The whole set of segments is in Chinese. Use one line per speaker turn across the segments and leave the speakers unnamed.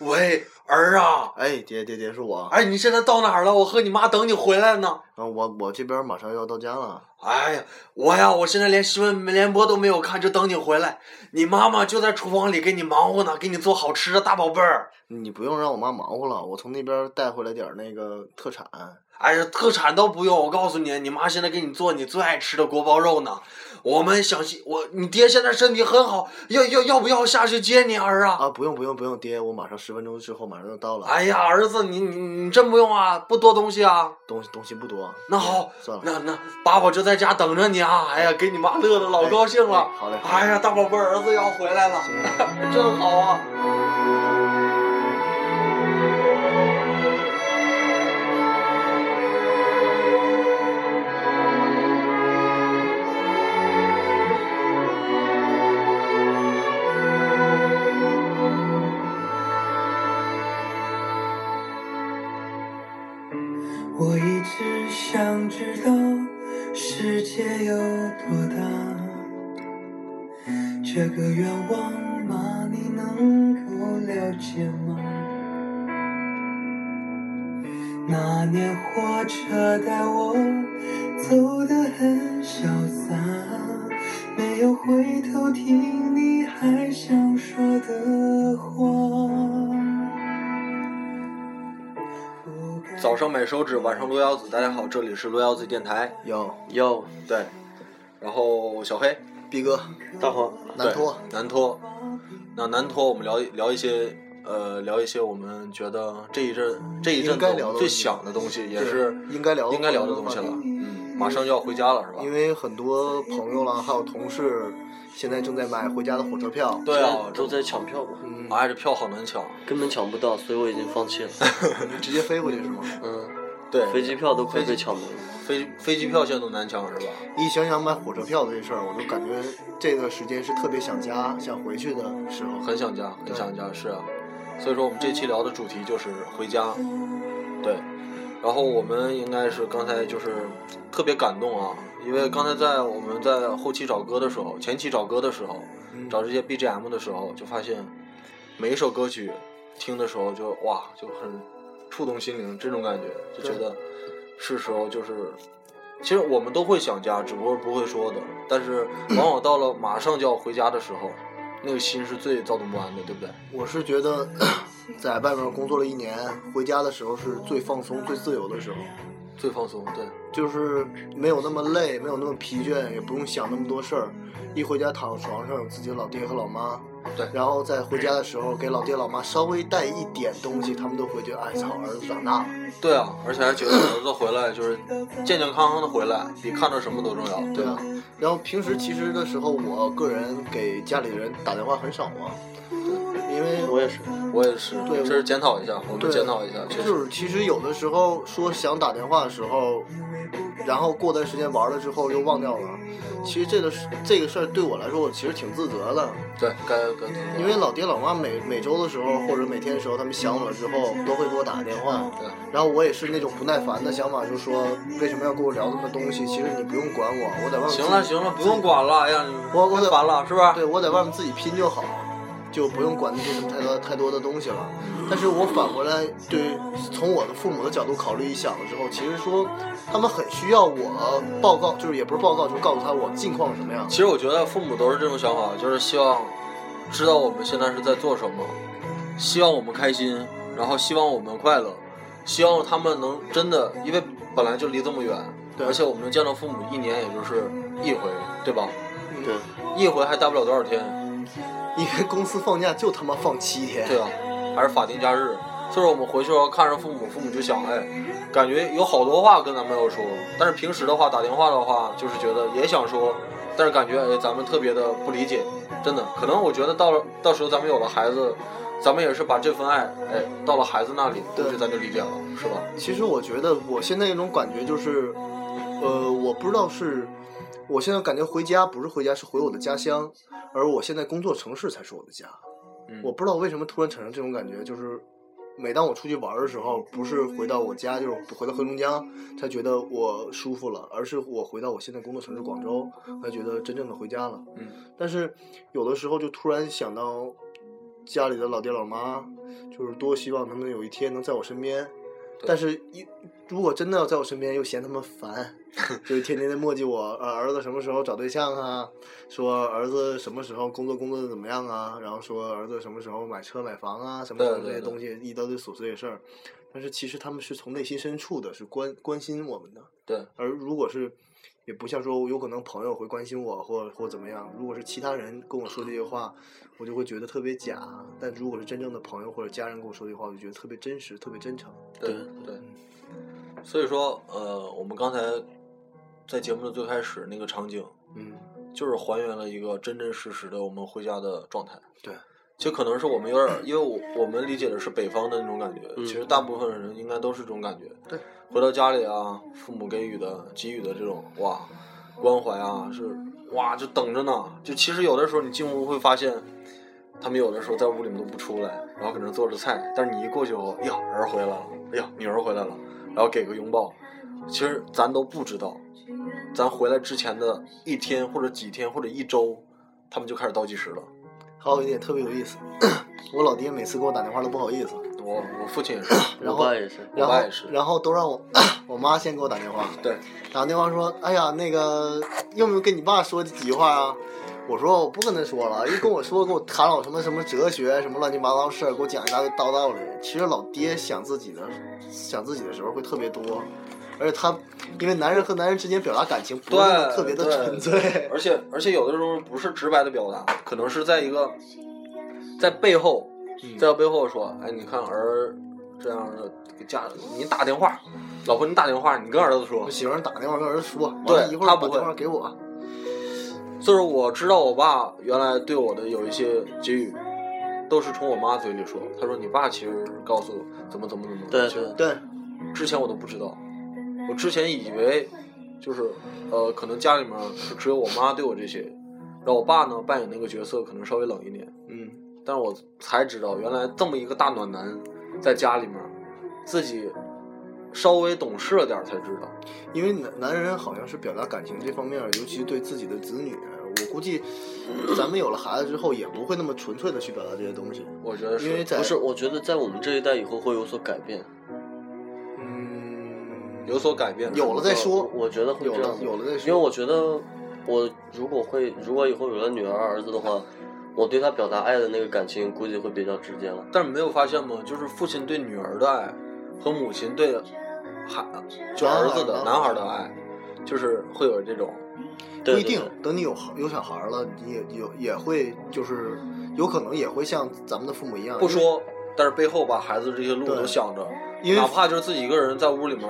喂，儿啊，
哎，爹爹爹是我，
哎，你现在到哪儿了？我和你妈等你回来呢。
啊，我我这边马上要到家了。
哎呀，我呀，我现在连新闻联播都没有看，就等你回来。你妈妈就在厨房里给你忙活呢，给你做好吃的，大宝贝儿。
你不用让我妈忙活了，我从那边带回来点儿那个特产。
哎呀，特产都不用，我告诉你，你妈现在给你做你最爱吃的锅包肉呢。我们想去，我你爹现在身体很好，要要要不要下去接你儿啊？
啊，不用不用不用，爹，我马上十分钟之后马上就到了。
哎呀，儿子，你你你真不用啊，不多东西啊。
东西东西不多。
那好
爹算了。
那那爸爸就在家等着你啊！哎呀，给你妈乐的老高兴了。
哎好嘞好嘞
哎呀，大宝贝儿子要回来了，真好啊！
我一直想知道世界有多大，这个愿望吗？你能够了解吗？那年火车带我走得很潇洒，没有回头听你还想说的话。不该
早上买手指，晚上撸腰子。大家好，这里是撸腰子电台。
有
哟，对，然后小黑、
毕哥，
大黄、
南托、
南托，那南托我们聊一聊一些呃，聊一些我们觉得这一阵这一阵子
应该
我
聊
们
的
最
东西
想的东西，也
对
是
应该聊的
应该聊的东西了。
话题
嗯，马上就要回家了是吧？
因为很多朋友啦，还有同事，现在正在买回家的火车票。
对啊，
都在抢票嘛，
嗯，
哎，这票好难抢。
根本抢不到，所以我已经放弃了。
你 直接飞回去是吗？
嗯，
对，
飞机票都快
飞机
被抢没了。
飞飞机票现在都难抢是吧？
一想想买火车票的这事儿，我就感觉这个时间是特别想家、想回去的时候。
很想家，很想家，是啊。所以说我们这期聊的主题就是回家，对。然后我们应该是刚才就是特别感动啊，因为刚才在我们在后期找歌的时候，前期找歌的时候，
嗯
找这些 BGM 的时候，就发现每一首歌曲听的时候就哇就很触动心灵，这种感觉就觉得是时候就是。其实我们都会想家，只不过不会说的。但是往往到了马上就要回家的时候，那个心是最躁动不安的，对不对？
我是觉得，在外面工作了一年，回家的时候是最放松、最自由的时候，
最放松，对，
就是没有那么累，没有那么疲倦，也不用想那么多事儿。一回家躺床上，有自己的老爹和老妈。
对
然后在回家的时候，给老爹老妈稍微带一点东西，他们都会觉得，哎操，儿子长大了。
对啊，而且还觉得儿子回来就是健健康康的回来，比看到什么都重要，
对
吧
啊？，然后平时其实的时候，我个人给家里人打电话很少嘛，因为
我也是，
我也是，
对
这是检讨一下，我们
对
检讨一下，确
就
实，
是其实有的时候说想打电话的时候，然后过段时间玩了之后又忘掉了。其实这个事这个事儿对我来说，我其实挺自责的，
对该该自责
因为老爹老妈每每周的时候或者每天的时候，他们想我了之后都会给我打个电话。
对
然后我也是那种不耐烦的想法，就说为什么要跟我聊那么东西？其实你不用管我，我在外面
行
自己
了行了，不用管了，哎呀，你
我我
太烦了，是吧？
对我在外面自己拼就好，就不用管那些什么太多太多的东西了。但是我返回来，对，从我的父母的角度考虑一想的时候，其实说他们很需要我报告，就是也不是报告，就告诉他我近况是什么样
其。实我觉得父母都是这种想法，就是希望知道我们现在是在做什么，希望我们开心，然后希望我们快乐，希望他们能真的，因为本来就离这么远，
对
而且我们能见到父母一年也就是一回，对吧？
对，
一回还待不了多少天，
因为公司放假就他妈放七天，
对啊，还是法定假日。所以说我们回去后看着父母，父母就想，哎，感觉有好多话跟咱们要说，但是平时的话打电话的话，就是觉得也想说，但是感觉哎咱们特别的不理解，真的，可能我觉得到了到时候咱们有了孩子，咱们也是把这份爱哎到了孩子那里，
对
估计咱就理解了，是吧？
其实我觉得我现在一种感觉就是，呃，我不知道是，我现在感觉回家不是回家，是回我的家乡，而我现在工作城市才是我的家。
嗯
我不知道为什么突然产生这种感觉，就是每当我出去玩的时候，不是回到我家，就是回到黑龙江才觉得我舒服了，而是我回到我现在工作城市广州，才觉得真正的回家了。
嗯，
但是有的时候就突然想到家里的老爹老妈，就是多希望他们有一天能在我身边。
对
但是一，如果真的要在我身边，又嫌他 们烦，就是天天在磨叽我呃儿子什么时候找对象啊，说儿子什么时候工作工作的怎么样啊，然后说儿子什么时候买车买房啊，什么什么
对
这
对
些
对
东西，一大堆琐碎的事儿。但是其实他们是从内心深处的，是关关心我们的。
对，
而如果是，也不像说有可能朋友会关心我或或怎么样，如果是其他人跟我说这些话，我就会觉得特别假。但如果是真正的朋友或者家人跟我说这些话，我就觉得特别真实，特别真诚。嗯
对对。所以说，呃，我们刚才在节目的最开始那个场景，
嗯，
就是还原了一个真真实实的我们回家的状态。
对，
其实可能是我们有点儿，因为我我们理解的是北方的那种感觉，其实大部分人应该都是这种感觉。
嗯对，
回到家里啊，父母给予的给予的这种哇关怀啊，是哇就等着呢。就其实有的时候你进屋会发现，他们有的时候在屋里面都不出来，然后搁那做着菜，但是你一过去后，哎呀儿回来了，哎呀女儿回来了，然后给个拥抱。其实咱都不知道，咱回来之前的一天或者几天或者一周，他们就开始倒计时了。
还有一点特别有意思， 我老爹每次给我打电话都不好意思，
我我父亲也是，
然
我
后
爸也是，
然
我爸
后
也是
然后都让我 我妈先给我打电话，
对，
打完电话说，哎呀，那个用不用跟你爸说几句话啊？我说我不跟他说了，一跟我说给我谈老什么什么哲学什么乱七八糟事儿，给我讲一大堆道道理。其实老爹想自己的想自己的时候会特别多，而且他因为男人和男人之间表达感情不是那么
对
特别的
对
纯粹，
而且而且有的时候不是直白的表达，可能是在一个在背后，
嗯
在背后说，哎，你看儿这样的给家，你打电话，老婆你打电话，你跟儿子说
我。媳妇儿打电话跟儿子说，完
对
了一会
他
儿
不
把
会
电话给我，
就是我知道我爸原来对我的有一些给予，都是从我妈嘴里说，他说你爸其实告诉我怎么怎么怎么，
对
其实
对，
之前我都不知道，我之前以为就是呃，可能家里面就只有我妈对我这些，然后我爸呢扮演那个角色可能稍微冷一点，
嗯，
但是我才知道原来这么一个大暖男，在家里面自己稍微懂事了点儿才知道，
因为男男人好像是表达感情这方面，尤其对自己的子女，啊我估计咱们有了孩子之后也不会那么纯粹的去表达这些东西，
我觉得
因为
是
在
不是？我觉得在我们这一代以后会有所改变，
嗯
有所改变，
有了再说
我我觉得会
有
这样
了
子，
有了再
因为
说，
我觉得我如果会，如果以后有了女儿儿子的话，我对他表达爱的那个感情估计会比较直接了。
但是没有发现吗？就是父亲对女儿的爱和母亲对孩就儿子的
男
男孩
孩的
的爱，就是会有这种
对
不一
对
定
对
等你有有小孩了，你也有也会就是有可能也会像咱们的父母一样
不，说，但是背后把孩子这些路都想着，
因为
哪怕就是自己一个人在屋里面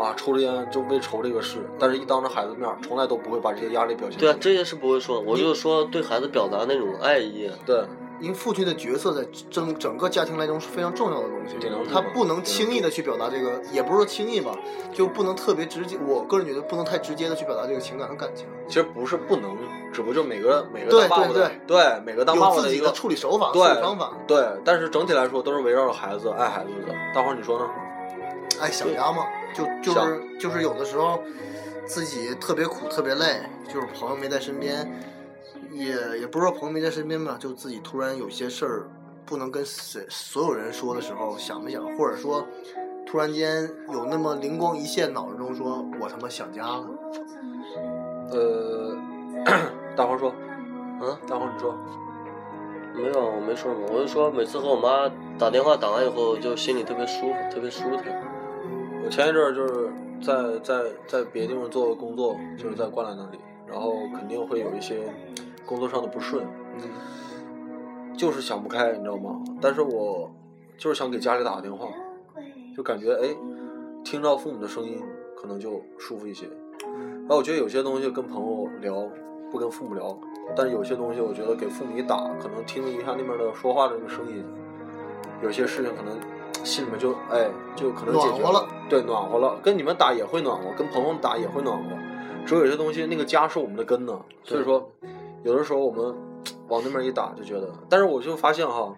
啊抽着烟就为愁这个事，但是一当着孩子面儿，从来都不会把这些压力表现出
对
来。
啊，这些是不会说的，我就说对孩子表达那种爱意。
对
因为父亲的角色在整整个家庭来中是非常重要的东西
这能，
他不能轻易的去表达这个，也不是说轻易吧，就不能特别直接。我个人觉得不能太直接的去表达这个情感和感情，
其实不是不能，只不过就每个每个
对
当爸爸的
对
对每个当爸
有
爸
自
一
己
个
的处理手法、处
对
理方法。
对，但是整体来说都是围绕着孩子爱孩子的。大伙儿你说呢？
哎，想家嘛，就就是就是有的时候自己特别苦特别累，就是朋友没在身边，也也不是说朋友没在身边吧，就自己突然有些事儿不能跟谁所有人说的时候，想没想，或者说突然间有那么灵光一现，脑子中说我他妈想家了，
呃， 大黄说，
嗯，
大黄你说，
没有，我没说什么，我就说每次和我妈打电话打完以后，就心里特别舒服，特别舒坦。
我前一阵儿就是在在在别地方做工作，就是在灌篮那里，然后肯定会有一些工作上的不顺，就是想不开，你知道吗？但是我就是想给家里打个电话，就感觉哎，听到父母的声音可能就舒服一些。
嗯
然后我觉得有些东西跟朋友聊，不跟父母聊，但是有些东西我觉得给父母一打，可能听一下那边的说话的那个声音，有些事情可能心里面就哎就可能解决
暖和了，
对，暖和了。跟你们打也会暖和，跟朋友们打也会暖和。只有有些东西，那个家是我们的根呢，所以说有的时候我们往那边一打就觉得，但是我就发现哈，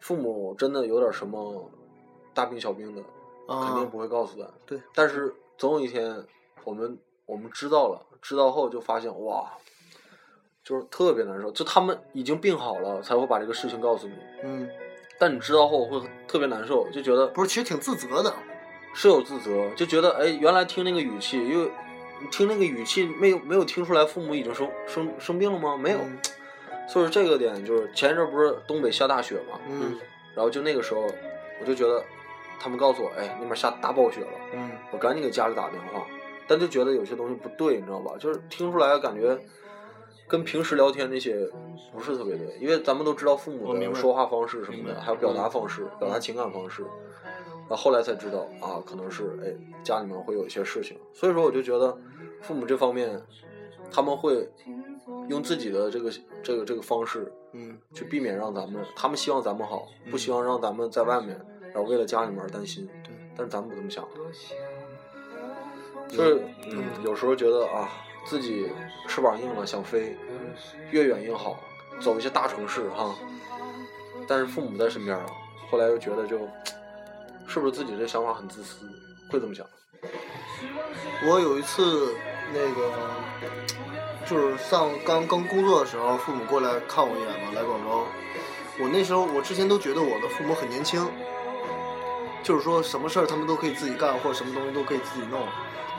父母真的有点什么大病小病的，肯
啊
定，不会告诉咱。
对，
但是总有一天，我们我们知道了，知道后就发现哇，就是特别难受。就他们已经病好了，才会把这个事情告诉你，
嗯，
但你知道后会特别难受，就觉得
不是，其实挺自责的，
是有自责，就觉得哎，原来听那个语气，因为听那个语气没有没有听出来父母已经生生生病了吗？没有，
嗯
所以这个点就是前一阵不是东北下大雪嘛，
嗯
然后就那个时候我就觉得他们告诉我，哎，那边下大暴雪了，
嗯
我赶紧给家里打电话，但就觉得有些东西不对，你知道吧？就是听出来感觉跟平时聊天那些不是特别对，因为咱们都知道父母
我明
的
白
说话方式什
明
么
白嗯
的，还有表达方式、表达情感方式。然后后来才知道啊，可能是哎家里面会有一些事情，所以说我就觉得父母这方面他们会用自己的这个这个这个方式
嗯
去避免让咱们，他们希望咱们好，不希望让咱们在外面，然后为了家里面而担心。
对，
但是咱们不这么想，就是嗯，有时候觉得啊，自己翅膀硬了想飞，越远越好，走一些大城市哈。但是父母在身边啊，后来又觉得就，是不是自己这想法很自私，会这么想？
我有一次那个就是上刚刚工作的时候，父母过来看我一眼嘛，来广州。我那时候我之前都觉得我的父母很年轻，就是说什么事儿他们都可以自己干，或者什么东西都可以自己弄。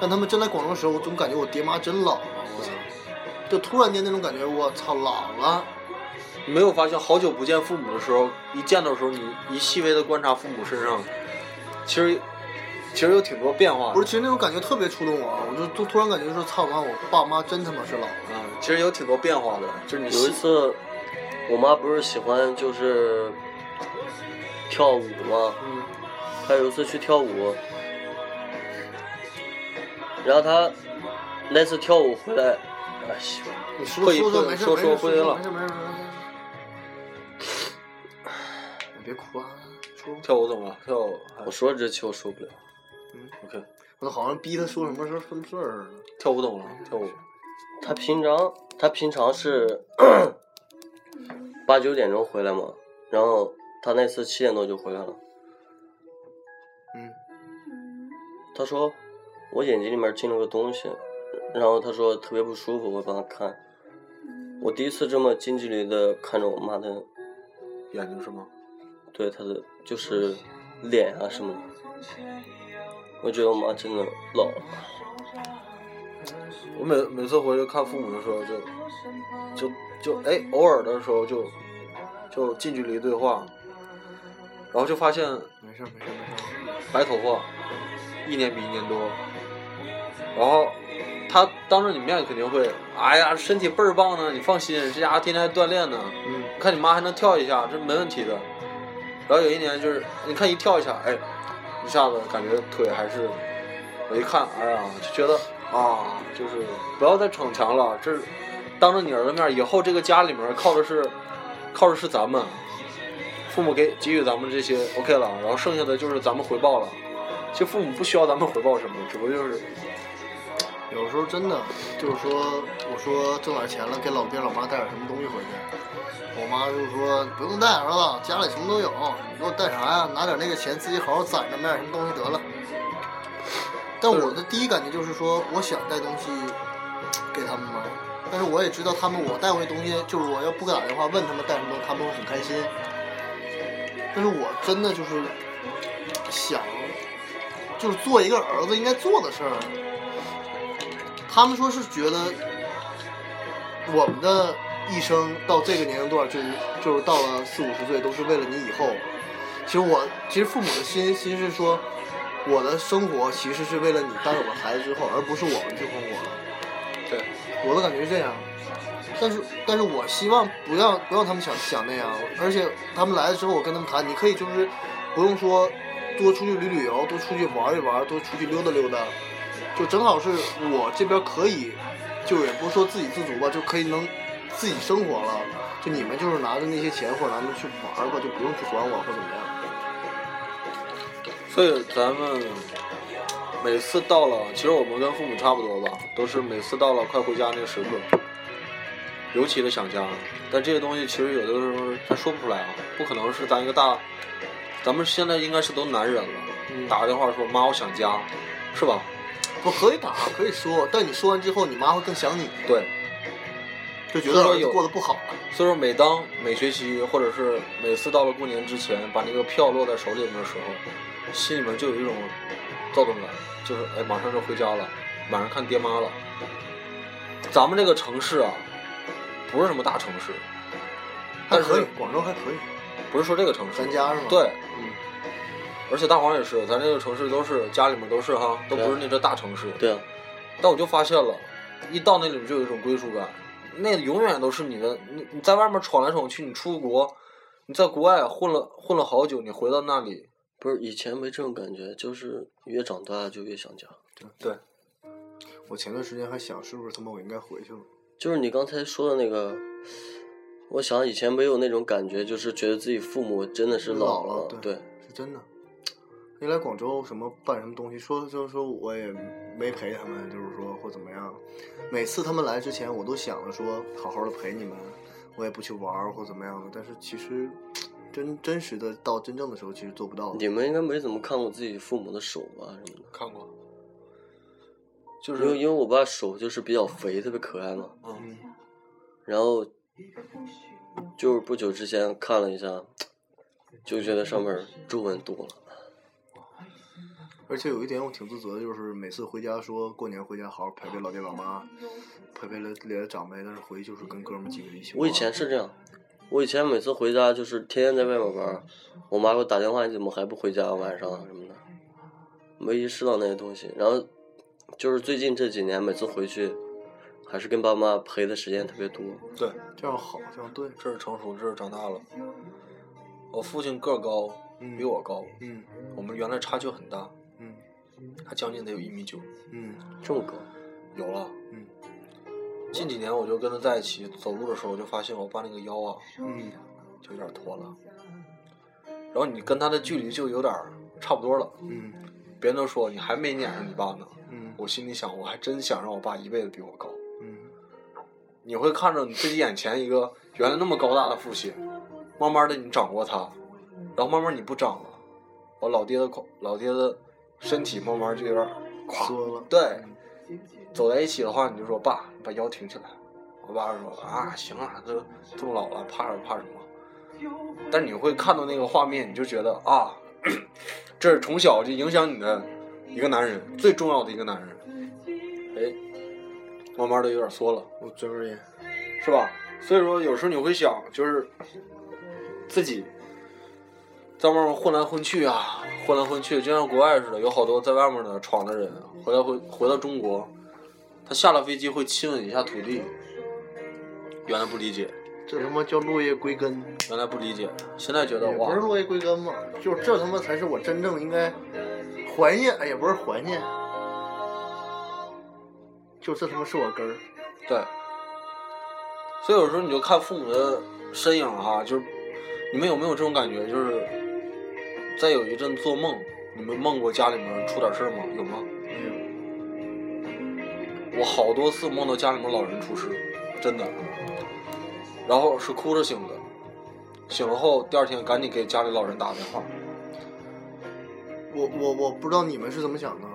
但他们真来广州的时候，我总感觉我爹妈真老了，我操！就突然间那种感觉，我操，老了。
你没有发现好久不见父母的时候，一见到的时候，你一细微的观察父母身上，其实其实有挺多变化的。
不是，其实那种感觉特别触动我，我就突突然感觉说，操妈，我爸妈真他妈是老了。
啊，其实有挺多变化的，就是你
有
细
一次，我妈不是喜欢就是跳舞吗？
嗯
她有一次去跳舞，然后她那次跳舞回来，哎西吧，
你说
会
说
会
没事
说
没
说
事
会了
没事没事没事。没事你别哭啊，说
跳舞怎么了？跳舞还
我说这期我受不了。
OK，
我都好像逼他说什么事儿什么事儿似的。
跳舞怎么了？跳舞
她平常她平常是八九点钟回来嘛，然后她那次七点多就回来了。
嗯，
她说我眼睛里面进了个东西，然后她说特别不舒服，我帮她看。我第一次这么近距离的看着我妈的，
眼睛是吗？
对她的就是脸啊什么的，我觉得我妈真的老了。
我每每次回去看父母的时候就，就就哎，偶尔的时候就就近距离对话，然后就发现
没事儿没事儿没事儿。
白头发一年比一年多，然后他当着你面肯定会，哎呀，身体倍儿棒呢，你放心，这家伙天天还锻炼呢。
嗯，
看你妈还能跳一下，这没问题的。然后有一年就是，你看一跳一下，哎，一下子感觉腿还是，我一看，哎呀，就觉得啊，就是不要再逞强了，这是当着你儿子面，以后这个家里面靠的是，靠的是咱们，父母给给予咱们这些 OK 了，然后剩下的就是咱们回报了。其实父母不需要咱们回报什么，只不过就是
有时候真的就是说，我说挣点钱了，给老爹老妈带点什么东西回去。我妈就说不用带儿子，家里什么都有，你给我带啥呀？拿点那个钱自己好好攒着，买点什么东西得了。但我的第一感觉就是说，我想带东西给他们嘛，但是我也知道他们，我带回东西就是我要不打电话问他们带什么，他们会很开心。但是我真的就是想，就是做一个儿子应该做的事儿。他们说是觉得我们的一生到这个年龄段，就是就是到了四五十岁，都是为了你以后。其实我其实父母的心心是说，我的生活其实是为了你当有了孩子之后，而不是我们去生活了。
对，
我的感觉是这样。但是，但是我希望不要不要他们想想那样，而且他们来的时候，我跟他们谈，你可以就是不用说多出去旅旅游，多出去玩一玩，多出去溜达溜达，就正好是我这边可以，就也不是说自给自足吧，就可以能自己生活了。就你们就是拿着那些钱或者拿着去玩吧，就不用去管我或怎么样。
所以咱们每次到了，其实我们跟父母差不多吧，都是每次到了快回家那个时刻，尤其的想家。但这些东西其实有的时候咱说不出来啊，不可能是咱一个大，咱们现在应该是都男人了，打个电话说妈我想家，是吧？
我可以打，可以说，但你说完之后，你妈会更想你。
对，
就觉得
说
儿子
有
过得不好了。
所以说，每当每学期或者是每次到了过年之前，把那个票落在手里面的时候，心里面就有一种躁动感，就是哎，马上就回家了，马上看爹妈了。咱们这个城市啊，不是什么大城市，
还
但
可以
是，
广州还可以，
不是说这个城市
咱，家是吗？，
对，
嗯，
而且大黄也是，咱这个城市都是家里面都是哈，都不是那这大城市。
对啊，
但我就发现了，一到那里就有一种归属感，那永远都是你的。你你在外面闯来闯去，你出国，你在国外混了混了好久，你回到那里，
不是以前没这种感觉，就是越长大就越想家。
对，
我前段时间还想是不是他妈我应该回去了，
就是你刚才说的那个，我想以前没有那种感觉，就是觉得自己父母真的是
老
了，
了
对，
是真的。一来广州什么办什么东西，说就是说我也没陪他们，就是说或怎么样。每次他们来之前，我都想着说好好的陪你们，我也不去玩儿或怎么样的。但是其实真真实的到真正的时候，其实做不到的。
你们应该没怎么看过自己父母的手吧什么的，
看过，就
因为因
是
为我爸手就是比较肥，特别可爱嘛，
嗯，
然后就是不久之前看了一下，就觉得上面皱纹多了。
而且有一点我挺自责的，就是每次回家说过年回家好好陪陪老爹老妈，陪陪了里的长辈，但是回去就是跟哥们儿几个人一起玩。
我以前是这样，我以前每次回家就是天天在外面玩儿，我妈给我打电话，你怎么还不回家晚上啊什么的，没意识到那些东西。然后就是最近这几年，每次回去还是跟爸妈陪的时间特别多。
对，
这样好，这样对，
这是成熟，这是长大了。我父亲个儿高，
嗯
比我高，
嗯
我们原来差距很大，
嗯
他将近得有一米九，
嗯
这么高，
有了。
嗯
近几年我就跟他在一起走路的时候，我就发现我爸那个腰啊，
嗯，
就有点脱了。然后你跟他的距离就有点儿差不多了。
嗯
别人都说你还没撵上你爸呢，
嗯
我心里想，我还真想让我爸一辈子比我高。
嗯，
你会看着你自己眼前一个原来那么高大的父亲，慢慢的你掌握他，然后慢慢你不长了，我老爹的口老爹的身体慢慢就有点儿垮。
缩了，
对，走在一起的话，你就说爸，你把腰挺起来。我爸说啊，行啊，都这么老了，怕什么怕什么？但你会看到那个画面，你就觉得啊， 这是从小就影响你的一个男人，最重要的一个男人。哎，慢慢的有点缩了，
我专门也
是吧？所以说，有时候你会想，就是自己在外面混来混去啊，混来混去，就像国外似的，有好多在外面的闯的人，回来回回到中国，他下了飞机会亲吻一下土地。原来不理解，
这他妈叫落叶归根，
原来不理解，现在觉得
也
哇
不是，落叶归根嘛，就是这他妈才是我真正应该怀念，哎，也不是怀念，就这他妈是我根儿。
对。所以有时候你就看父母的身影哈、就是你们有没有这种感觉？就是在有一阵做梦，你们梦过家里面出点事儿吗？有吗？
嗯，
我好多次梦到家里面老人出事，真的。然后是哭着醒的，醒了后第二天赶紧给家里老人打电话。
我我我不知道你们是怎么想的，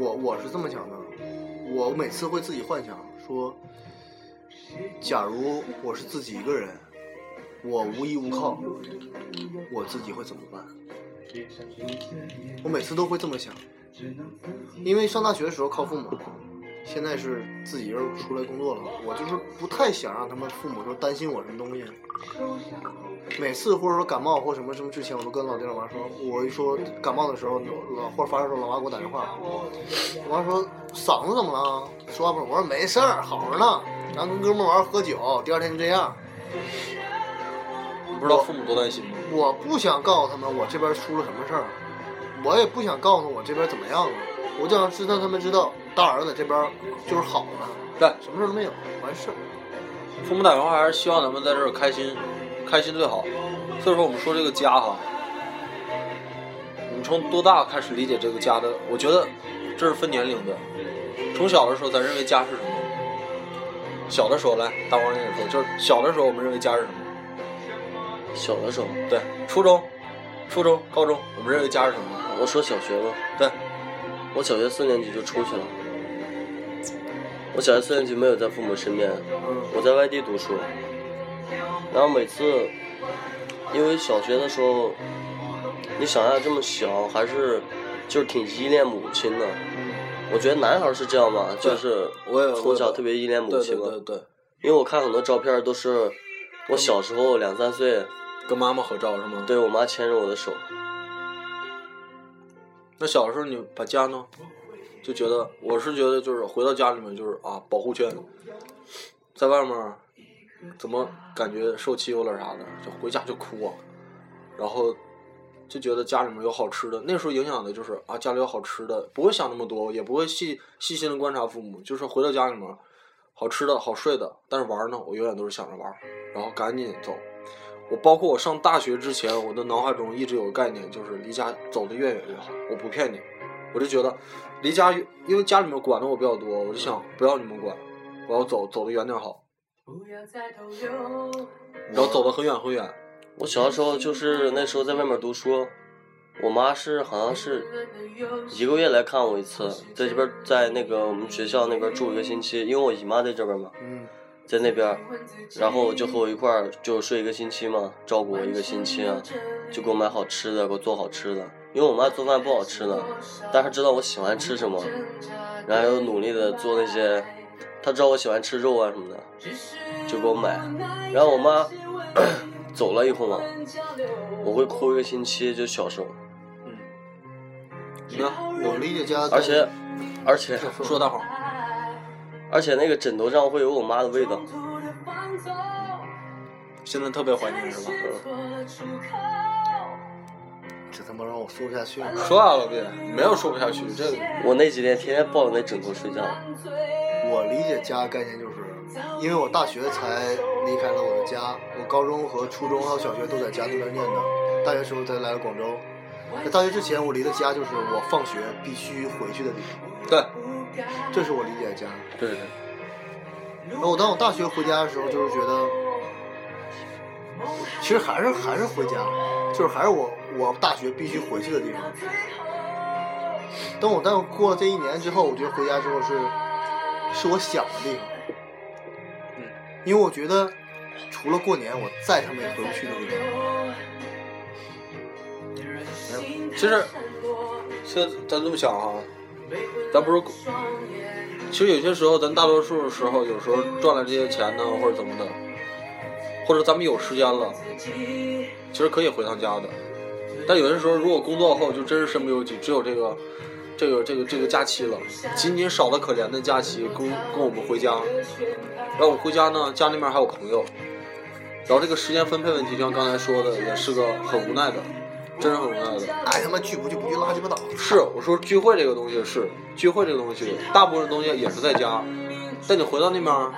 我我是这么想的，我每次会自己幻想说，假如我是自己一个人，我无依无靠，我自己会怎么办？我每次都会这么想，因为上大学的时候靠父母，现在是自己一个人出来工作了，我就是不太想让他们父母说担心我什么东西。每次或者说感冒或什么什么之前，我都跟老爹老妈说，我一说感冒的时候，老或者发烧的时候，老妈给我打电话，我妈说嗓子怎么了？说话不，我说没事儿，好着呢，然后跟哥们儿玩儿喝酒，第二天就这样。
你不知道父母多担心吗？
我不想告诉他们我这边出了什么事儿，我也不想告诉我这边怎么样了，我就想知道他们知道大儿子这边就是好了，
对，
什么事儿都没有，完事儿。
父母打电话还是希望咱们在这儿开心，开心最好。所以说我们说这个家哈，我们从多大开始理解这个家的？我觉得这是分年龄的。从小的时候，咱认为家是什么？小的时候来，大王跟你说，就是小的时候我们认为家是什么？
小的时候，
对，初中、初中、高中，我们认为家是什么？
我说小学吧，
对，
我小学四年级就出去了，我小学四年级没有在父母身边，我在外地读书，然后每次，因为小学的时候，你想想这么小，还是就是挺依恋母亲的。我觉得男孩儿是这样嘛，
对
就是
我也
从小特别依恋母
对
亲
对
嘛
对，对，
因为我看很多照片儿都是我小时候两三岁，
跟妈妈合照是吗？。
对我妈牵着我的手，
那小时候你把家呢，就觉得我是觉得就是回到家里面就是啊保护圈，在外面儿怎么感觉受欺负了啥的，就回家就哭啊，然后就觉得家里面有好吃的，那时候影响的就是啊家里有好吃的，不会想那么多，也不会细细心的观察父母，就是回到家里面儿好吃的好睡的，但是玩儿呢，我永远都是想着玩儿，然后赶紧走。我包括我上大学之前，我的脑海中一直有个概念，就是离家走得越远越好。我不骗你，我就觉得离家越，因为家里面管的我比较多，我就想不要你们管，我要走走得远点好，然后走得很远很远。
我小的时候就是那时候在外面读书，我妈是好像是一个月来看我一次，在这边在那个我们学校那边住一个星期，因为我姨妈在这边嘛，
嗯，
在那边，然后就和我一块儿就睡一个星期嘛，照顾我一个星期啊，就给我买好吃的，给我做好吃的，因为我妈做饭不好吃的，但是她知道我喜欢吃什么，然后又努力的做那些，她知道我喜欢吃肉啊什么的，就给我买，然后我妈 走了以后嘛，我会哭一个星期，就小时候，
嗯，你呢？
我理解家，
而且，而且，
说大黄，
而且那个枕头上会有我妈的味道。
现在特别怀念是吧？
嗯这他妈让我说不下去了。
说啊，老毕，没有说不下去，这个
我那几天天天抱着那枕头睡觉，
我理解家概念就是，因为我大学才离开了我的家，我高中和初中还有小学都在家那边念的，大学时候才来了广州。在大学之前，我离的家就是我放学必须回去的地方，
对，
这是我理解的家。
对对，
然后我当我大学回家的时候，就是觉得，其实还是还是回家，就是还是我我大学必须回去的地方。等我但我过了这一年之后，我觉得回家之后是是我想的地方，
嗯，
因为我觉得除了过年，我再他妈也回不去的地方。
哎其实现在咱这么想哈、咱不是，其实有些时候，咱大多数时候，有时候赚了这些钱呢，或者怎么的，或者咱们有时间了，其实可以回趟家的。但有些时候，如果工作后就真是身不由己，只有这个、这个、这个、这个假期了，仅仅少的可怜的假期，供供我们回家。然后我回家呢，家里面还有朋友，然后这个时间分配问题，就像刚才说的，也是个很无奈的，真是很无奈的。
爱哎他妈聚不聚不聚，拉鸡巴倒！
是，我说聚会这个东西是聚会这个东西，大部分东西也是在家，但你回到那边儿，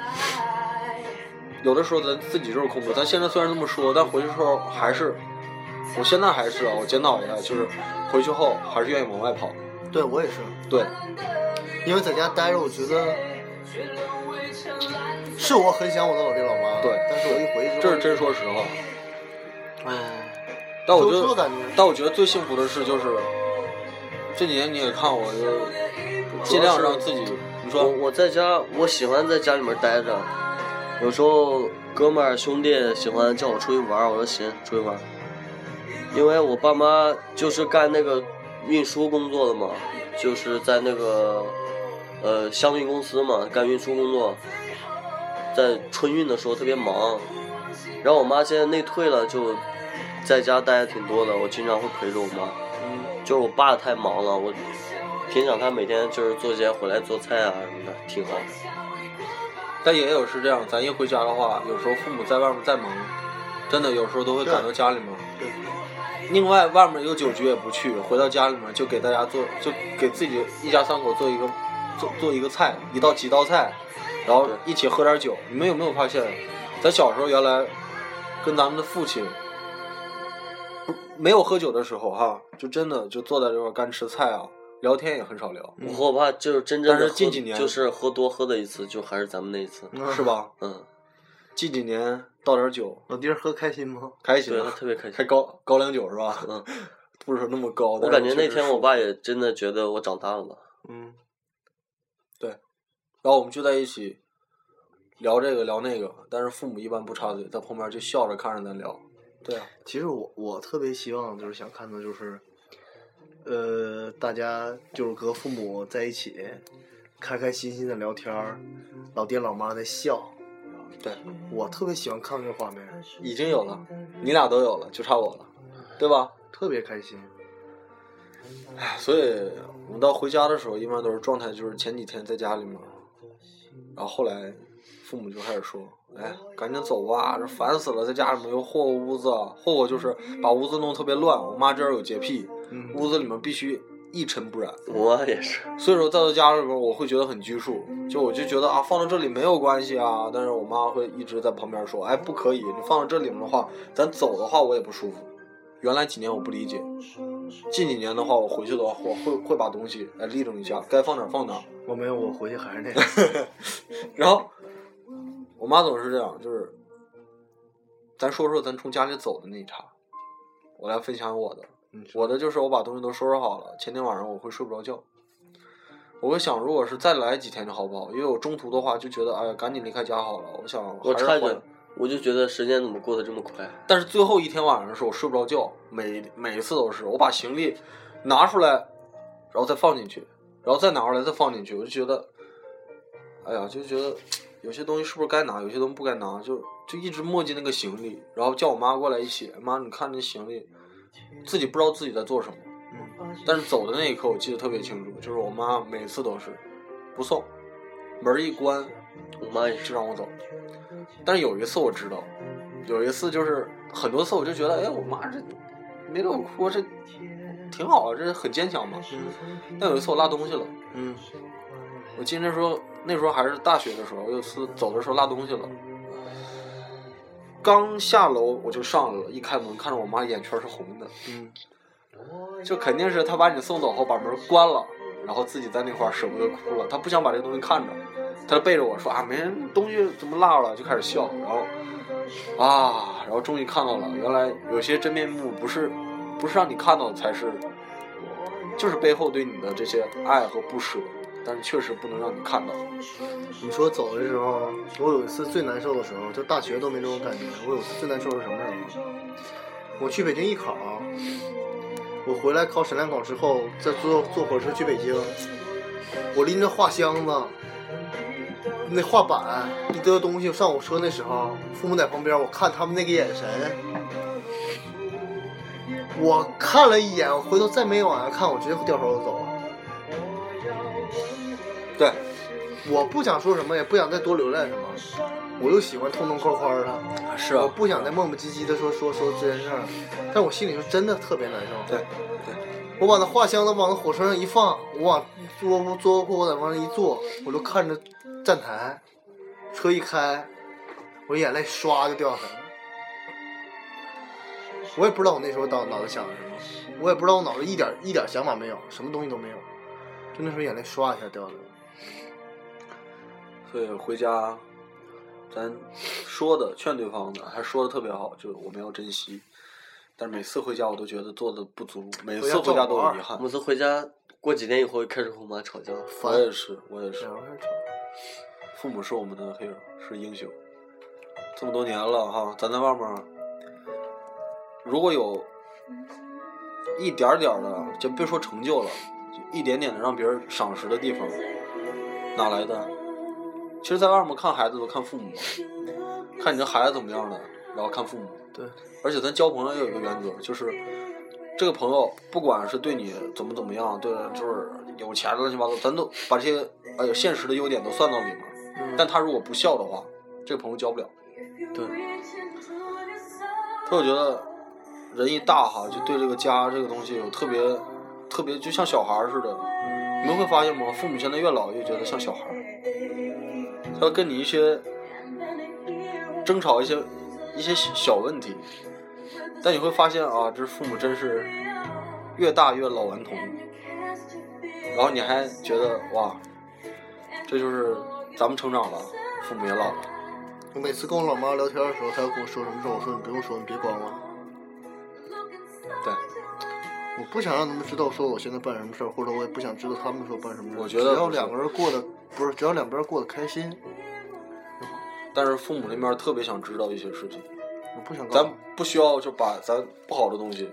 有的时候咱自己就是空白。咱现在虽然这么说，但回去之后还是，我现在还是啊，我检讨一下，就是回去后还是愿意往外跑。
对我也是，
对，
因为在家待着，我觉得是我很想我的老爹老妈，
对
但是我一回去之
这
后，
是真说实话。
哎，
但我觉
就这
得
感觉，
但我觉得最幸福的事就是，这几年你也看我，就尽量让自己，你
我
说
我在家，我喜欢在家里面待着，有时候哥们儿兄弟喜欢叫我出去玩儿，我说行，出去玩儿，因为我爸妈就是干那个运输工作的嘛，就是在那个呃乡运公司嘛，干运输工作，在春运的时候特别忙，然后我妈现在内退了，就在家待的挺多的，我经常会陪着我妈。就是我爸太忙了，我平常他每天就是做些回来做菜啊什么的，挺好。
但也有是这样，咱一回家的话，有时候父母在外面再忙，真的有时候都会赶到家里面。
对
另外，外面有酒局也不去，回到家里面就给大家做，就给自己一家三口做一个做做一个菜，一道几道菜，然后一起喝点酒。你们有没有发现，咱小时候原来跟咱们的父亲不没有喝酒的时候哈、就真的就坐在这块儿干吃菜啊，聊天也很少聊，
我和我爸就是真正
但是
的喝
近几年
就是喝多喝的一次，就还是咱们那一次。
是？吧？
嗯，
近几年倒点酒，
老爹喝开心 吗？
开心
对他
了，
特别开
还
心。
高高粱酒是吧？
嗯，
不是说那么高，
我感觉那天我爸也真的觉得我长大了吧。
嗯，
然后我们就在一起聊这个聊那个，但是父母一般不插嘴，在旁边就笑着看着咱聊。对啊，
其实我我特别希望就是想看到就是，呃，大家就是和父母在一起，开开心心的聊天儿，老爹老妈在笑，
对，
我特别喜欢看这画面，
已经有了，你俩都有了，就差我了，对吧？
特别开心。
唉所以我们到回家的时候，一般都是状态就是前几天在家里嘛，然后后来父母就开始说：“哎，赶紧走吧，这烦死了，在家里面又霍霍屋子，啊霍霍就是把屋子弄特别乱。我妈这人有洁癖，
嗯，
屋子里面必须一尘不染。
我也是，
所以说再到家里边，我会觉得很拘束，就我就觉得啊，放到这里没有关系啊。但是我妈会一直在旁边说：“哎，不可以，你放到这里面的话，咱走的话我也不舒服。”原来几年我不理解，近几年的话，我回去的话，我会会把东西哎立正一下，该放哪儿放哪儿。
我没有，我回去还是那样。
然后我妈总是这样，就是咱说说咱从家里走的那一茬，我来分享我的。
嗯
我的就是我把东西都收拾好了，前天晚上我会睡不着觉，我会想，如果是再来几天就好不好？因为我中途的话就觉得，哎，赶紧离开家好了。我想
我
还是
插一
回
句，我就觉得时间怎么过得这么快？啊
但是最后一天晚上的时候，我睡不着觉，每每一次都是我把行李拿出来，然后再放进去，然后再拿出来再放进去，我就觉得，哎呀，就觉得有些东西是不是该拿，有些东西不该拿，就就一直磨叽那个行李，然后叫我妈过来一起，妈，你看这行李，自己不知道自己在做什么。但是走的那一刻，我记得特别清楚，就是我妈每次都是不送，门一关
我妈也是
就，让我走。但是有一次我知道，有一次就是很多次我就觉得，哎，我妈这没露哭，这挺好，啊，这很坚强嘛。但有一次我落东西了，
嗯
我记得那时候那时候还是大学的时候，有一次走的时候落东西了，刚下楼我就上来了，一开门看着我妈眼圈是红的，
嗯，
就肯定是她把你送走后把门关了，然后自己在那块儿舍不得哭了，她不想把这东西看着，她就背着我说啊，没人东西怎么落了，就开始笑，然后啊，然后终于看到了，原来有些真面目不是不是让你看到的才是，就是背后对你的这些爱和不舍，但是确实不能让你看到。
你说走的时候，我有一次最难受的时候，就大学都没这种感觉。我有一次最难受是什么时候呢？我去北京艺考，我回来考审量考之后，再坐坐火车去北京，我拎着画箱子，那画板一堆东西上我车那时候，父母在旁边，我看他们那个眼神，我看了一眼，我回头再没往下看，我直接掉头就走了。
对，
我不想说什么，也不想再多留恋什么，我就喜欢痛痛快快的，
是啊
我不想再磨磨唧唧的说说说这件事儿，但我心里就真的特别难受。
对，
我把那画箱子往那火车上一放，我往坐坐坐货我在往上一坐，我就看着站台，车一开，我眼泪唰就掉下来了。我也不知道我那时候脑脑子想的什么，我也不知道我脑子一点一点想法没有，什么东西都没有，就那时候眼泪唰一下掉下来了。
所以回家，咱说的劝对方的，还说的特别好，就是我们要珍惜。但是每次回家我都觉得做的不足，每次回家都有遗憾。
每次回家过几天以后开始和我妈吵架，
烦
我也是，我也是
两。个人吵。
父母是我们的 hero，是英雄。这么多年了哈，咱在外面儿，如果有一点儿点儿的，就别说成就了，就一点点的让别人赏识的地方，哪来的？其实，在外面看孩子都看父母，看你这孩子怎么样了，然后看父母。
对，
而且咱交朋友也有一个原则，就是这个朋友不管是对你怎么怎么样，对，就是有钱乱七八糟，咱都把这些哎呦现实的优点都算到里面。但他如果不笑的话，这个朋友交不了。
对，
所以我觉得人一大哈，就对这个家这个东西有特别特别，就像小孩儿似的。你们会发现吗？父母现在越老越觉得像小孩儿，他跟你一些争吵一些一些小问题，但你会发现啊，这父母真是越大越老顽童，然后你还觉得哇，这就是咱们成长了，父母也老了。
我每次跟我老妈聊天的时候，她要跟我说什么事儿，我说你不用说，你别管我。
对，
我不想让他们知道说我现在办什么事儿，或者我也不想知道他们说办什么事儿。
我觉得
只要
不是
两个人过得不是，只要两边过得开心，
但是父母那边特别想知道一些事情，
嗯
我不想告
咱
诉
不需要就把咱不好的东西、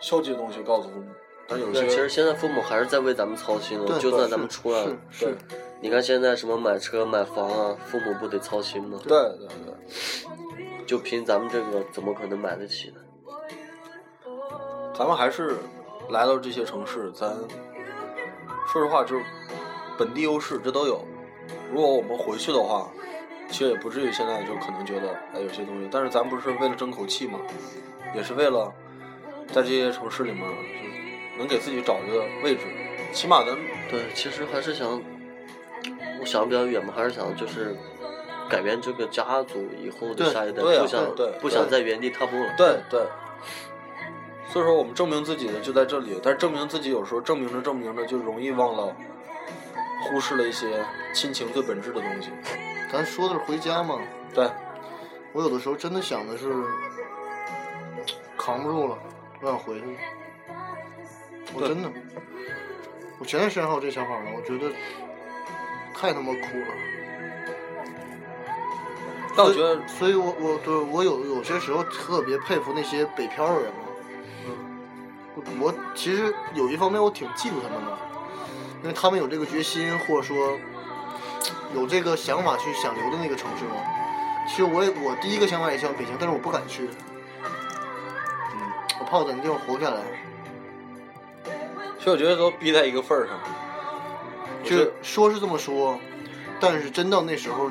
消极的东西告诉父母，但有
但
些
嗯其实现在父母还是在为咱们操心
对
了，就算咱们
是
出来了，
是
对
是，
你看现在什么买车买房啊，父母不得操心吗？
对对对，
就凭咱们这个，怎么可能买得起呢？
咱们还是来到这些城市，咱说实话，就是本地优势这都有。如果我们回去的话，其实也不至于现在就可能觉得哎有些东西，但是咱不是为了争口气嘛，也是为了在这些城市里面就能给自己找一个位置，起码咱
对，其实还是想，我想得比较远嘛，还是想就是改变这个家族以后的
对
下一代，
对啊
不想
对对
不想
对
在原地踏步了。
对对。所以说，我们证明自己的就在这里，但是证明自己有时候证明着证明着就容易忘了，忽视了一些亲情最本质的东西。
咱说的是回家嘛，
对，
我有的时候真的想的是扛不住了，我想回去。我
对
真的，我前段时间还有这想法呢，我觉得太他妈苦了。
但我觉得
所以我我对我有有些时候特别佩服那些北漂的人嘛。嗯，我其实有一方面我挺嫉妒他们的，因为他们有这个决心，或者说有这个想法去想留的那个城市嘛。其实我也我第一个想法也想北京，但是我不敢去。嗯，我怕我在那地方活不下来。
其实我觉得都逼在一个份儿上，
就
觉得
是说是这么说，但是真到那时候，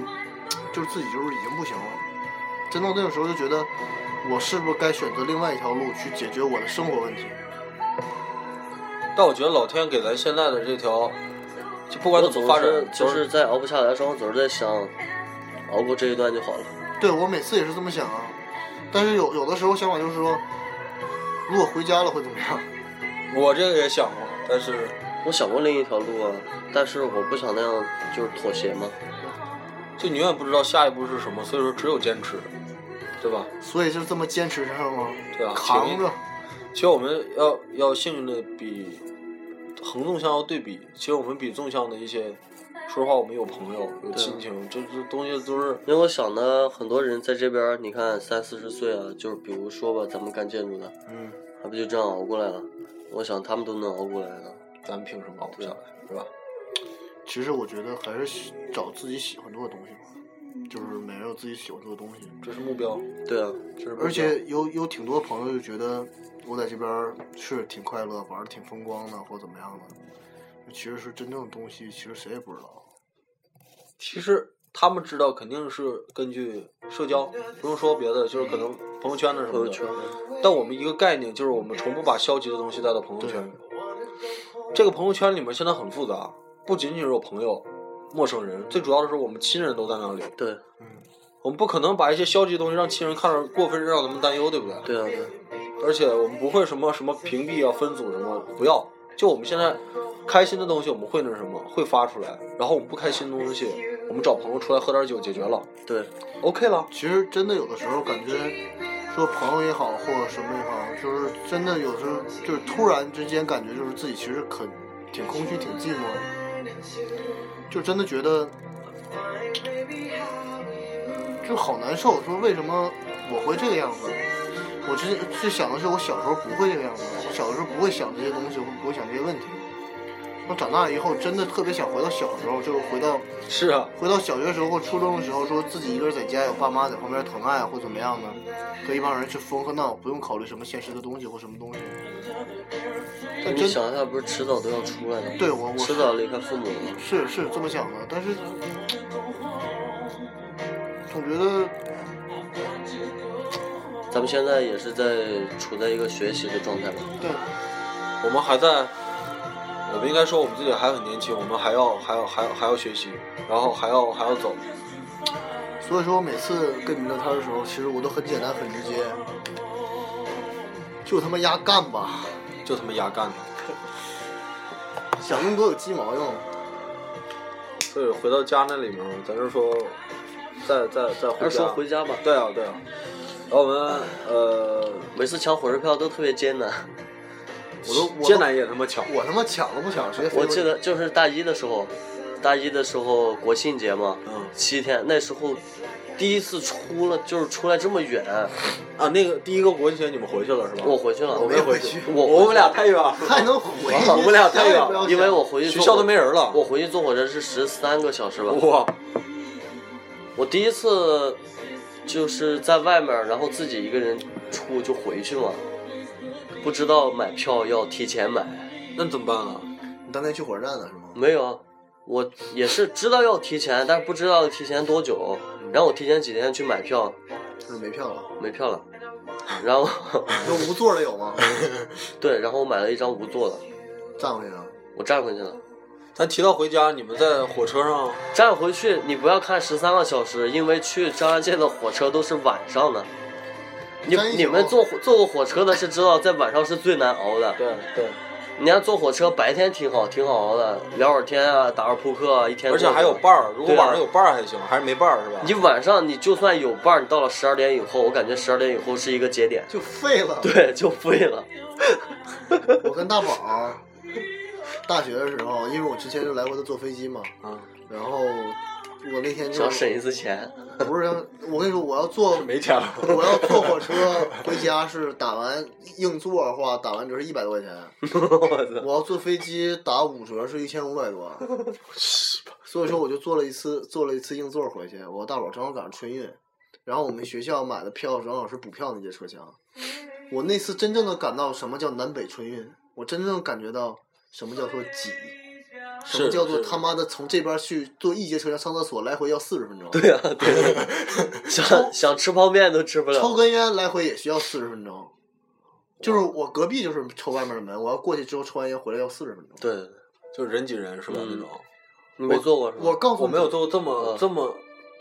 就是自己就是已经不行了。真到那个时候就觉得，我是不是该选择另外一条路去解决我的生活问题？
但我觉得老天给咱现在的这条，就不
我
管怎么
总
发
是
展，
就是在熬不下来的时候，我总是在想，熬过这一段就好了。
对我每次也是这么想啊，但是有有的时候想法就是说，如果回家了会怎么样？
我这个也想过，但是
我想过另一条路啊，但是我不想那样，就是妥协嘛。
就你永远不知道下一步是什么，所以说只有坚持，对吧？
所以就这么坚持上吗？
对啊
扛着。
其实我们要要幸运的比横纵向要对比，其实我们比纵向的一些，说实话，我们有朋友，
啊
有亲情，这这东西都是
因为我想呢，很多人在这边儿，你看三四十岁啊，就是比如说吧，咱们干建筑的，
嗯，
他不就这样熬过来了？我想他们都能熬过来的。
咱们凭什么熬不下来，
啊
是吧？
其实我觉得还是喜找自己喜欢做的东西吧，就是每人有自己喜欢做的东西。
这是目标，
对啊，
这是目标
而且有有挺多朋友就觉得我在这边儿是挺快乐，玩的挺风光的，或者怎么样的。其实是真正的东西，其实谁也不知道。
其实他们知道肯定是根据社交，不用说别的，就是可能朋友圈的什
朋
么
友圈
的。但我们一个概念就是我们从不把消极的东西带到朋友圈。这个朋友圈里面现在很复杂，不仅仅是有朋友、陌生人，最主要的是我们亲人都在那里。
对
我们不可能把一些消极的东西让亲人看着过分让他们担忧，对不对？
对啊对啊，
而且我们不会什么什么屏蔽啊、分组什么，不要。就我们现在开心的东西，我们会那什么，会发出来。然后我们不开心的东西，我们找朋友出来喝点酒解决了
对，
，OK 了。
其实真的有的时候感觉，说朋友也好，或者什么也好，就是真的有时候就是突然之间感觉就是自己其实很挺空虚、挺寂寞的，就真的觉得就好难受。说为什么我会这个样子？我之前是想的是我小时候不会这个样子，我小的时候不会想这些东西，我不会想这些问题。我长大以后真的特别想回到小时候，就是回到
是啊，
回到小学时候或初中的时候，说自己一个人在家，有爸妈在旁边疼爱或怎么样的，和一帮人去疯和闹，不用考虑什么现实的东西或什么东西。但
你
真
想一下，不是迟早都要出来的，
对我我
迟
是
早离开父母了。
是是这么想的，但是总觉得
咱们现在也是在处在一个学习的状态吧。
对
我们还在，我们应该说我们自己还很年轻，我们还要还要还要还要学习，然后还要还要走。
所以说，每次跟你们聊天的时候，其实我都很简单、很直接，就他妈丫干吧，
就他妈牙干的。
想那么多有鸡毛用？
所以回到家那里面，咱就说，再再再回
还是
家。
说回家吧，
对啊对啊。然后我们呃，
每次抢火车票都特别艰难。
我都我
艰
都
难也他妈抢。
我他妈抢都不抢，直接飞
我
过去
记得就是大一的时候，大一的时候国庆节嘛，
嗯
七天，那时候第一次出了，就是出来这 么远，
啊，那个第一个国庆节你们回去了是吧？
我回去了，
我没
没
回
回去
我
我们俩
回去了
太远了，
还 能回去，
我们俩太远了
谁也不要
因为
想
我回去
学
坐
校
火
都没人了。
我回去坐火车是十三个小时 吧。
哇，
我第一次就是在外面，然后自己一个人出就回去嘛，不知道买票要提前买，
那怎么办啊？
你当天去火车站了是吗？
没有啊，我也是知道要提前，但是不知道提前多久。然后我提前几天去买票，
就是没票了，
没票了，然后
有无座的有吗？
嗯对，然后我买了一张无座的，
站回去了，
我站回去了。
咱提到回家，你们在火车上
站回去，你不要看十三个小时，因为去张家界的火车都是晚上的。你
站一宿哦
你们坐坐过火车的是知道，在晚上是最难熬的。
对对，
你要坐火车，白天挺好，挺好熬的，聊会儿天啊，打会儿扑克啊，一天
而
过去
且
了。
还有伴儿，如果
对啊
晚上有伴儿还行，还是没伴儿是吧？
你晚上你就算有伴儿，你到了十二点以后，我感觉十二点以后是一个 节点，
就废了。
对，就废了。
我跟大宝儿大学的时候，因为我之前就来回的坐飞机嘛，
啊，
然后我那天就
想省一 次钱，
不是，我跟你说，我要坐
没钱了。
我要坐火车回家是打完硬座的话，打完折是一百多块钱。
我操！
我要坐飞机打五折是一千五百多，所以说我就坐了一次坐了一次硬座回去。我大宝正好赶上春运，然后我们学校买的票正好是补票那节车厢。我那次真正的感到什么叫南北春运，我真正感觉到什么叫做挤，什么
是
叫做
是
他妈的从这边去坐一节车厢上厕所来回要四十分钟，
对啊，对啊，想想吃泡面都吃不
抽
了。
根烟来回也需要四十分钟。就是我隔壁就是抽外面的门，我要过去之后抽完烟回来要四十分钟。
对，
就人挤人是吧？那种
你没坐过是吧？
我告诉
我
你
没有做过这么
嗯
这么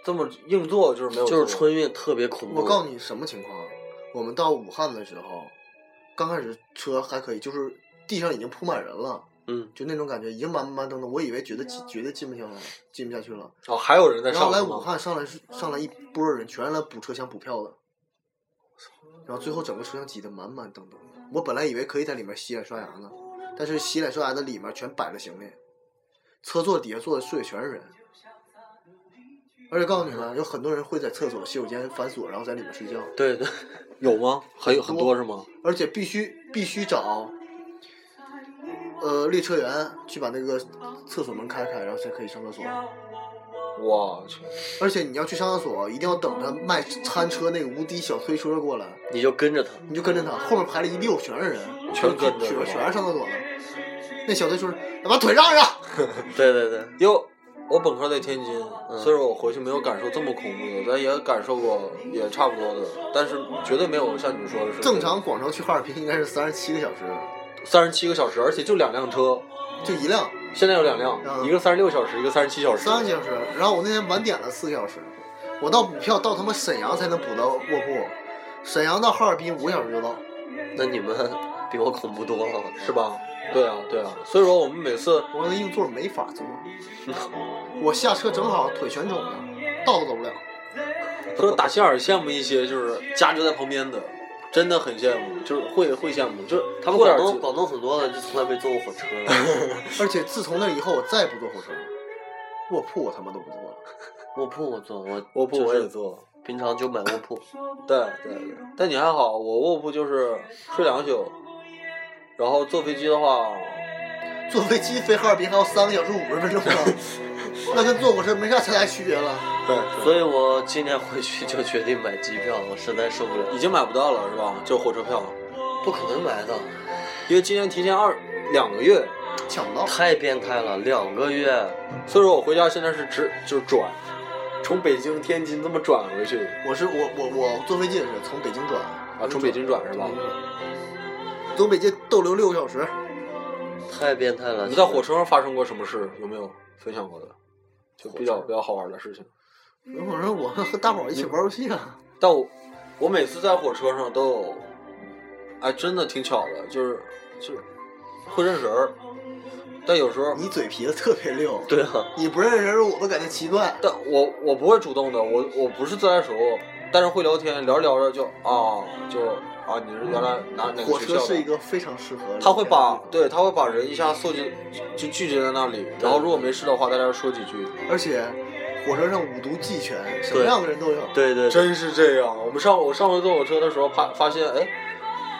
这么硬座，就是没有做
就
过。
是春运特别恐怖。
我告诉你什么情况？我们到武汉的时候，刚开始车还可以，就是地上已经铺满人了，
嗯，
就那种感觉，已经满满登登。我以为觉得进绝对进不下来，进不下去了。
哦，还有人在
然
上
后
是
来
吗
武汉上来是上来一波人，全是来补车厢补票的，然后最后整个车厢挤得满满登登的。我本来以为可以在里面洗脸刷牙呢，但是洗脸刷牙的里面全摆着行李，车座底下坐的睡的全是人。而且告诉你们，啊有很多人会在厕所、洗手间反锁，然后在里面睡觉。
对对，
有吗？很很
多
多是吗？
而且必须必须找，呃，列车员去把那个厕所门开开，然后才可以上厕所。
我去，
而且你要去上厕所，一定要等着卖餐车那个无敌小推车过来，
你就跟着他。
你就跟着他，后面排了一溜全是人，
全跟着
全
是吧
全是上厕所的。那小推车，把腿让让，
对对对，
因为我本科在天津，
嗯
所以说我回去没有感受这么恐怖的，但也感受过也差不多的，但是绝对没有像你们说的是
正常广州去哈尔滨应该是三十七个小时，
三十七个小时，而且就两辆车，
就一辆
现在有两辆，
嗯
一个三十六小时，一个三十七小时。
三十小时。然后我那天晚点了四个小时，我到补票到他妈沈阳才能补到卧铺，沈阳到哈尔滨五个小时就到。
那你们比我恐怖多了。
是吧？对啊，对啊。所以说我们每次
我那硬座没法 坐，我下车正好腿全肿了，道都走不了。
说打心眼儿羡慕一些就是家就在旁边的，真的很羡慕，就是会会羡慕，就是
他们
过点
广东
儿
广东很多的就从来没坐过火 车了，
而且自从那以后，我再也不坐火车了，卧铺我他妈都不坐了。
卧铺我坐，我
卧铺
就是
我也坐。
平常就买卧铺，
对对对，但你还好，我卧铺就是睡两宿，然后坐飞机的话，
坐飞机飞哈尔滨还要三个小时五十分钟呢，那跟坐火车没啥太大区别了。
对，
所以我今年回去就决定买机票，我实在受不了
已，经买不到了是吧？就火车票，
不可能买到，
因为今年提前二两个月，
抢不到，
太变态了，两个月，
所以说我回家现在是直就是转，从北京天津这么转回去
我是我我我坐飞机也是从北京转
啊，从北京转是吧？
从北京逗留六个小时，
太变态了。
你在火车上发生过什么事？有没有分享过的？就比较比较好玩的事情。
那会儿我和大宝一起玩游戏啊，
但我我每次在火车上都有，哎，真的挺巧的，就是就是会认识人儿，但有时候，
你嘴皮子特别溜，
对啊，
你不认识人我都感觉奇怪。
但我我不会主动的，我我不是自来熟，但是会聊天，聊着聊着就啊，就啊，你是原来哪哪
火
个嗯学
车
校
是一
的？
个非常适合。
他会把，对，他会把人一下搜集，就聚集在那里。然后如果没事的话，大家说几句。
而且火车上五毒俱全，什么样的人都有。
对对，
真是这样。我们上我上回坐火车的时候，发发现哎，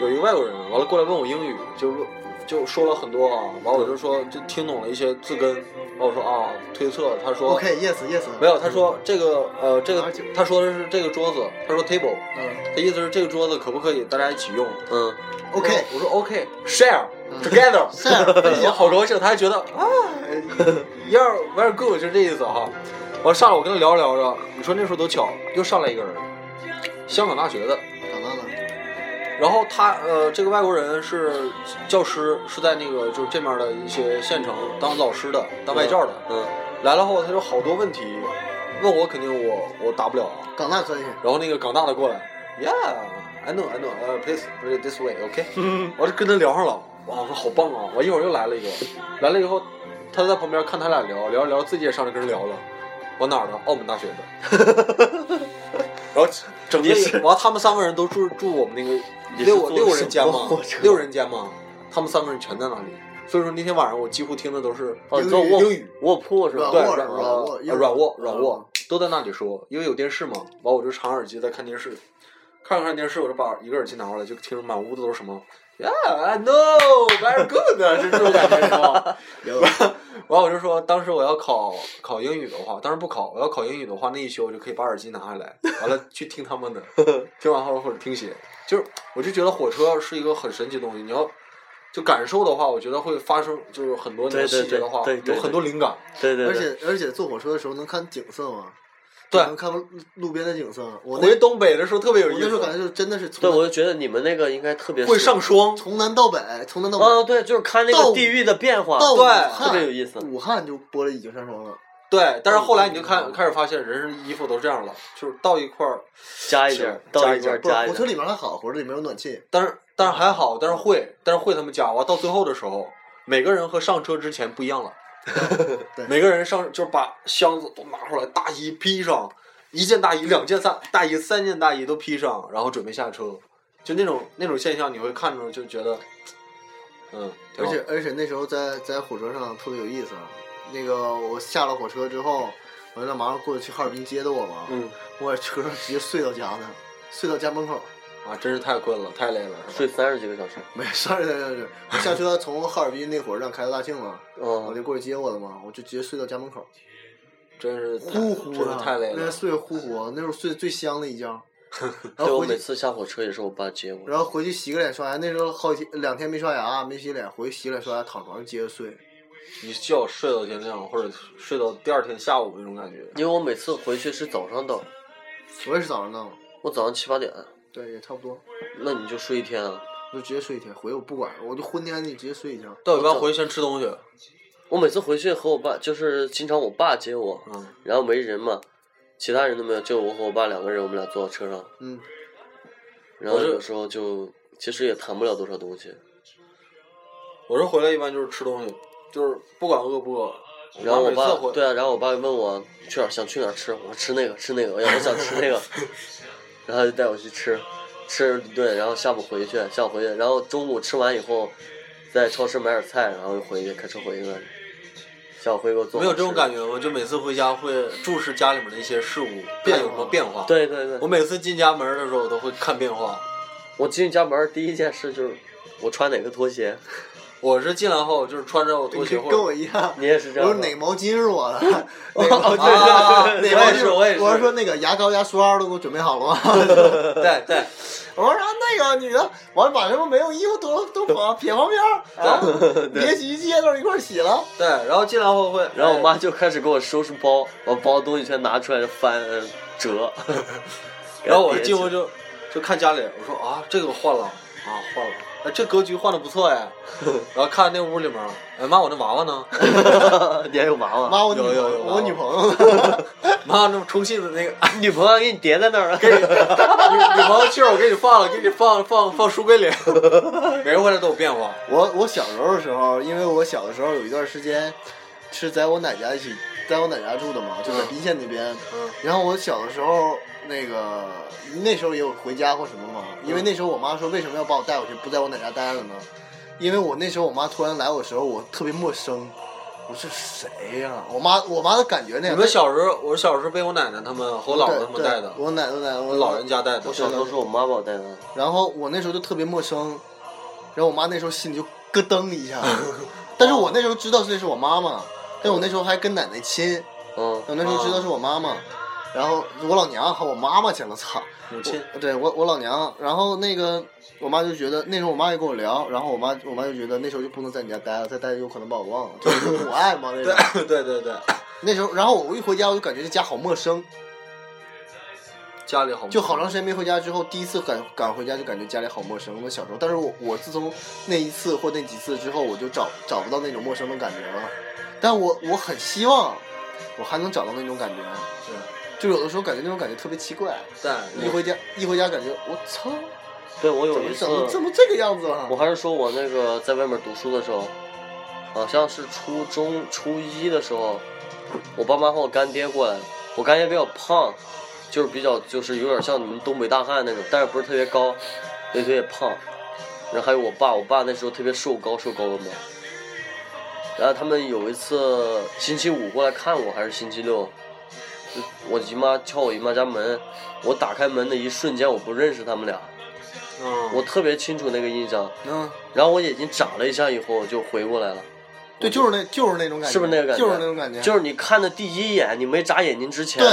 有一个外国人，完了过来问我英语，就问就说了很多啊，完了我就说就听懂了一些字根，然后我说啊推测，他说
OK，yes yes。
没有，他说这个呃这
拿
个
酒
他说的是这个桌子，他说 table，
嗯
他意思是这个桌子可不可以大家一起用
嗯，
，OK，
我说 OK share together，
是啊 分
我
享
好高兴，他还觉得啊，you're very good，就这意思哈。完上来我跟他聊着聊着，你说那时候多巧，又上来一个人，香港大学的，
找到了。
然后他呃，这个外国人是教师，是在那个就是这面的一些县城当老师的，当外教的。
嗯，
来了后，他有好多问题，问我肯定我我答不了啊。
港大可以，
然后那个港大的过来，Yeah，I know I know，呃、please put it this way，OK、我就跟他聊上了，哇，我说好棒啊！我一会儿又来了一个，来了以后，他在旁边看他俩聊聊着聊着，自己也上来跟人聊了。我哪儿的？澳门大学的。 然后整个
也是
完，他们三个人都住住我们那个
也是
六
坐
六个人间
什
嘛
么火车，
六人间嘛，他们三个人全在那里。所以说那天晚上我几乎听的都是
哦，
英
你知道
语
卧
英语
卧嗯铺是吧？
对，
软卧
软
软
呃
卧
呃软卧软卧都在那里说，因为有电视嘛。完，我就长耳机在看电视，看着看着电视，我就把一个耳机拿过来，就听着满屋子都是什么，Yeah, no, very good，就 这种感觉，是吧？
有
完，我就说，当时我要考考英语的话，当时不考，我要考英语的话，那一宿我就可以把耳机拿下来，完了去听他 们的，听完后或者听写，就是我就觉得火车是一个很神奇的东西，你要。就感受的话，我觉得会发生，就是很多那种
对对
细节的
对
话
对，对
有很多灵感。
对对
而
对，
且而且坐火车的时候能看景色吗？
对
能看路路边的景色吗。我那
回东北的时候特别有
我
意
那时候感觉
思，
就真的是从
对
南
我就觉得你们那个应该特别
会
适
上霜，
从南到北，从南到北
啊，对，就是看那
到
个地域的变化，
到武
对
汉，
特别有意思
武汉就播了《已经上霜》了，
对。但是后来你就看开始发现，人是衣服都这样了，就是到一块儿，
加一点儿，到一点儿，
不是
加
火
一点
车
儿。
里面还好，火车里面有暖气，
但是但是还好，但是会，但是会他们加完到最后的时候，每个人和上车之前不一样了
对。
每个人上就是把箱子都拿出来，大衣披上，一件大衣、两件三大衣、三件大衣都披上，然后准备下车。就那种那种现象，你会看着就觉得，嗯，挺
而
好
且而且那时候在在火车上特别有意思。那个我下了火车之后，完了马上过去哈尔滨接的我嘛，
嗯
我在车上直接睡到家呢，睡到家门口。
啊，真是太困了，太累了。是吧
睡三十几个小时，
没事儿，没事儿，我下车从哈尔滨那火车站开到大庆嘛，我
嗯，
就过去接我了嘛，我就直接睡到家门口，
真是太
呼呼
真
的，
是太累
那天
了。
睡得呼呼，那时候睡得最香的一觉。然
对
后
我
回
每
去，
次下火车也是我爸接我，
然后回去洗个脸刷牙，那时候好几两天没刷牙，没洗脸，回去洗脸刷牙，躺床上接着睡。
你觉睡到天亮，或者睡到第二天下午那种感觉。
因为我每次回去是早上到，
我也是早上闹，
我早上七八点，
对，也差不多，
那你就睡一天啊。
我就直接睡一天，回我不管，我就昏天暗地直接睡一觉。
到一般回去先吃东西，
我每次回去和我爸，就是经常我爸接我，
嗯，
然后没人嘛，其他人都没有，就我和我爸两个人，我们俩坐到车上，
嗯，
然后
我是
有时候就其实也谈不了多少东西，
我是回来一般就是吃东西，就是不管饿不饿。
然后我
每次
爸
回
对啊，然后我爸问我去哪儿想去哪儿吃，我说吃那个吃那个，哎呀我想吃 那个，然后他就带我去吃，吃一顿，然后下午回去，下午回去，然后中午吃完以后，在超市买点菜，然后就回去开车回去了，下午回去给我做
没有这种感
觉，
觉吗？就每次回家会注视家里面的一些事物，看有什么变化。，
啊对对
我
对，
每次进家门的时候，我都会看变化。
我进家门儿第一件事就是我穿哪个拖鞋，
我是进来后就是穿着我
你
拖鞋，
跟
或
跟
者
我一样，
你也是这样
我
吗，
说哪毛巾是 我的，哪
哦
毛
对对对
哪
对
毛
我也
巾
是我也是
我是说那个牙膏、牙刷都给我准备好了吗？
对对，
我说啊，那个女的，完了把什么没用衣服都都跑撇 旁边儿，然 后叠洗衣机都一块儿洗了。
对，然后进来后会，
然后我妈就开始给我收拾包，把包东西全拿出来就翻呃 折。
然后我进屋就就看家里，我说啊，这个换了啊，换了，哎，这格局换的不错 哎。然后看那屋里面，哎妈，我那娃娃呢？
你还有娃娃？
妈，我女朋
有有有
友，我女朋 友，
妈，那充气的那个，
女朋友给你叠在那儿了。
女女朋友气儿我给你放了，给你放放放书柜里， 每人回来都有变化。
我我小时候的时候，因为我小的时候有一段时间是在我奶家一起，在我奶家住的嘛，就在
嗯
彬县那边。
嗯
然后我小的时候，那个那时候也有回家或什么嘛，因为那时候我妈说为什么要把我带回去，不在我奶家待着呢？因为我那时候我妈突然来我的时候，我特别陌生，我是谁呀、我妈我妈的感觉那
你
样。
们小时候，我小时候被我奶奶他们和我姥姥他们
对
带
对
的，
我奶奶奶我
我老人家带的
我。
小时候是我妈把我带大的，
然后我那时候就特别陌生，然后我妈那时候心里就咯噔 一下，但是我那时候知道这是我妈妈，但我那时候还跟奶奶亲，
嗯，
我那时候知道是我妈妈，然后我老娘和我妈妈去了，操！
母亲，
我对我我老娘，然后那个我妈就觉得那时候我妈也跟我聊，然后我妈我妈就觉得那时候就不能在你家待了，再待有可能把我忘了，就是母爱嘛那种。
对对对对，
那时候，然后我一回家我就感觉这家好陌生，
家里好
就好长时间没回家之后，第一次赶赶回家就感觉家里好陌生。我小时候，但是我我自从那一次或那几次之后，我就找找不到那种陌生的感觉了。但我我很希望我还能找到那种感觉，
是，
就有的时候感觉那种感觉特别奇怪，
但
一回家一回家感觉我操，
对我
怎
有
么
一次
怎么这么这个样子啊了
我？还是说我那个在外面读书的时候，好像是初中初一的时候，我爸妈和我干爹过来，我干爹比较胖，就是比较就是有点像你们东北大汉那种，但是不是特别高，也特别胖。然后还有我爸，我爸那时候特别瘦高瘦高的嘛。然后他们有一次星期五过来看我，还是星期六，就我姨妈敲我姨妈家门，我打开门的一瞬间，我不认识他们俩，
嗯，
我特别清楚那个印象。
嗯，
然后我眼睛眨了一下以后，我就回过来了，
对，就是那就是那种感觉，
是不是那个感觉？
就是那种感觉，
就是你看的第一眼，你没眨眼睛之前，
对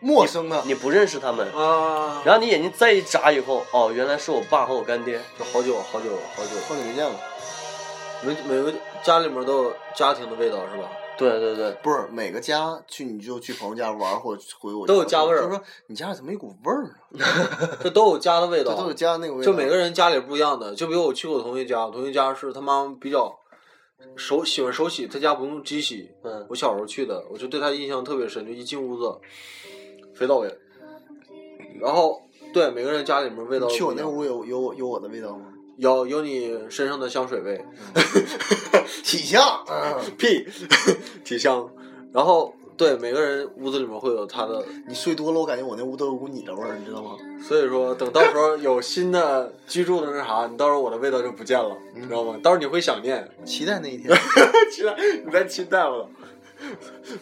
陌生的。
你不认识他们，
啊，
然后你眼睛再一眨以后，哦，原来是我爸和我干爹。
就好久好久好久，
或者没见过，
每每个家里面都有家庭的味道是吧？
对对对，
不是每个家去你就去朋友家玩，或者回我
都有家味儿
就是说你家里怎么有股味儿呢？
这都有家的味
这
道，
都是家那个味道。
就每个人家里不一样的，就比如我去过我同学家，我同学家是他妈比较手喜欢手洗，他家不用机洗。
嗯，
我小时候去的，我就对他印象特别深，就一进屋子，肥皂味。然后对每个人家里面味道
你去我
不一
那
样
屋有有我有我的味道吗？
有有你身上的香水味，
嗯 体香，
屁 体香。然后对每个人屋子里面会有他的，
你睡多了，我感觉我那屋都有股你的味儿，你知道吗？
所以说等到时候有新的居住的那啥，你到时候我的味道就不见了，你知道吗？到时候你会想 念。
期待那一天。
期待你在期待我。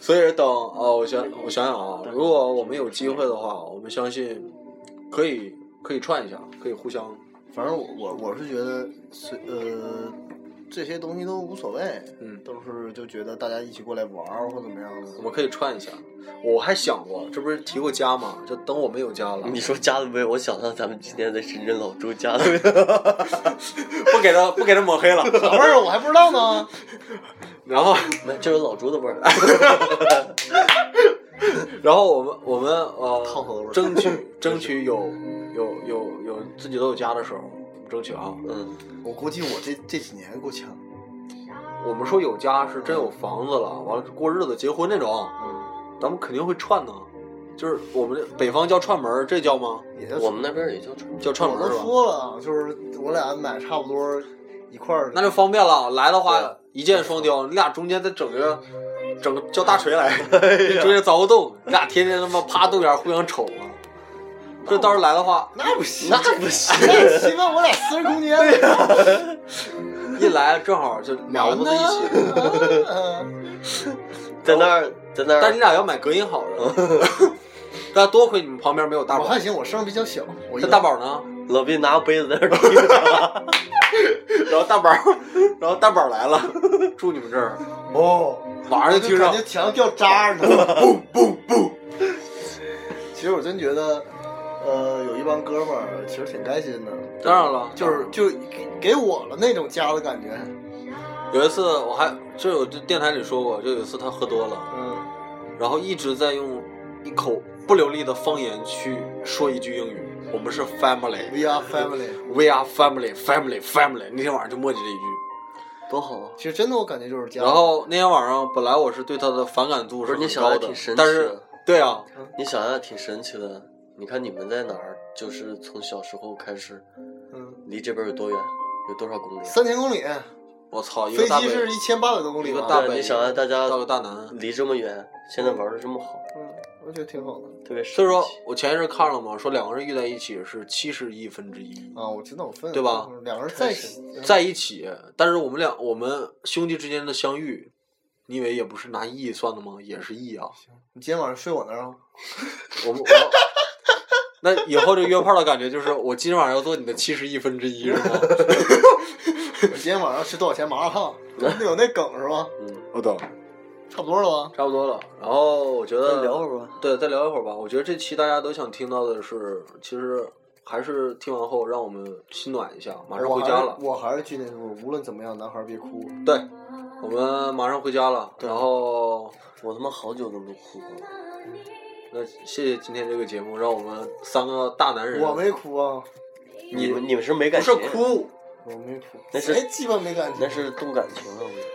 所以等啊，我想我想想啊，如果我们有机会的话，我们相信可以可以串一下，可以互相
反正我我我是觉得，随呃这些东西都无所谓，
嗯
都是就觉得大家一起过来玩儿或怎么样
我
的。
们可以串一下。我还想过，这不是提过家吗？就等我们有家了，
你说家的味，我想到咱们今天在深圳老周家的味 道。
不给他不给他抹黑了。
啥味儿啊？我还不知道呢。
然后
没，就是老周的味儿。
然后我们我们
烫头
呃
了
争 取争取有有有有自己都有家的时候，争取啊。
嗯，
我估计我这这几年够呛。
我们说有家是真有房子了，完了过日子结婚那种。
嗯，
咱们肯定会串呢，就是我们这北方叫串门儿，这叫吗？
也就
我们那边也叫串门。
叫串
我
门儿
都
是吧？
说了，啊就是我俩买差不多一块儿。
那就方便了，来的话
对
一箭双雕，你俩中间再整个整个叫大锤 来，中间凿个洞，你俩天天他妈趴洞眼互相瞅啊。这到时候来的 话，
那不行，
那不行
这起码我俩私人空间。
一来正好就俩屋子一起，
起。
在那儿，在那
但你
儿，
俩要买隔音好的。但多亏你们旁边没有大
我
宝，
还行，我声儿比较小，我一
那大宝呢？
老毕拿杯子在那儿 踢我。
然后大宝，然后大宝来了，住你们这儿，
哦，
晚上就听
感
着
觉墙上掉渣儿 呢，嘣嘣嘣。其实我真觉得，呃，有一帮哥们儿其实挺开心的，
当然了，
就是就是给给我了那种家的感觉。
有一次我还这有这电台里说过，就有一次他喝多了，
嗯，
然后一直在用一口不流利的方言去说一句英语，我们是 family，we
We are family。
are family，family family。那天晚上就墨迹这一句，
多好啊！
其实真的，我感觉就是家。
然后那天晚上本来我是对他的反感度
不是
很
你想
高
得
的
挺神，
但
奇
是
的
对啊，
你想想，挺神奇的。你看你们在哪儿，就是从小时候开始，
嗯，
离这边有多远？有多少公里？啊
三千公里，
我操，一
飞
个大
机是
北，
一千八百多公里
一个
吧
大
对
北
你想啊大家
到个大南，
离这么远，现在玩的这么好，
嗯，我觉得挺好的。
特别
所以说
神奇
我前一阵看了嘛，说两个人遇在一起是七十亿分之一，
啊，我知道我分
对吧？
两个人在一起，
在一起，但是我们俩我们兄弟之间的相遇，你以为也不是拿亿算的吗？也是亿啊。
你今天晚上睡我那儿啊？
我 们我那以后这约炮的感觉就是，我今晚上要做你的七十亿分之一，是吗？
我今天晚上吃多少钱麻辣烫？那有那梗是吧？
我懂，
差不多了吧？
差不多了。然后我觉得
再聊会儿吧。
对，再聊一会儿吧。我觉得这期大家都想听到的是，其实还是听完后让我们心暖一下，马上回家了。
我还是我还是去那句无论怎么样，男孩别哭。
对，
嗯
我们马上回家了。然后，
我他妈好久都没哭过了。
那谢谢今天这个节目，让我们三个大男人，
我没哭啊，
你们你们是没
不
感
是
情，
哭，
我没哭。
那是
谁鸡巴没感
那
情？
是动感情了。我跟你说，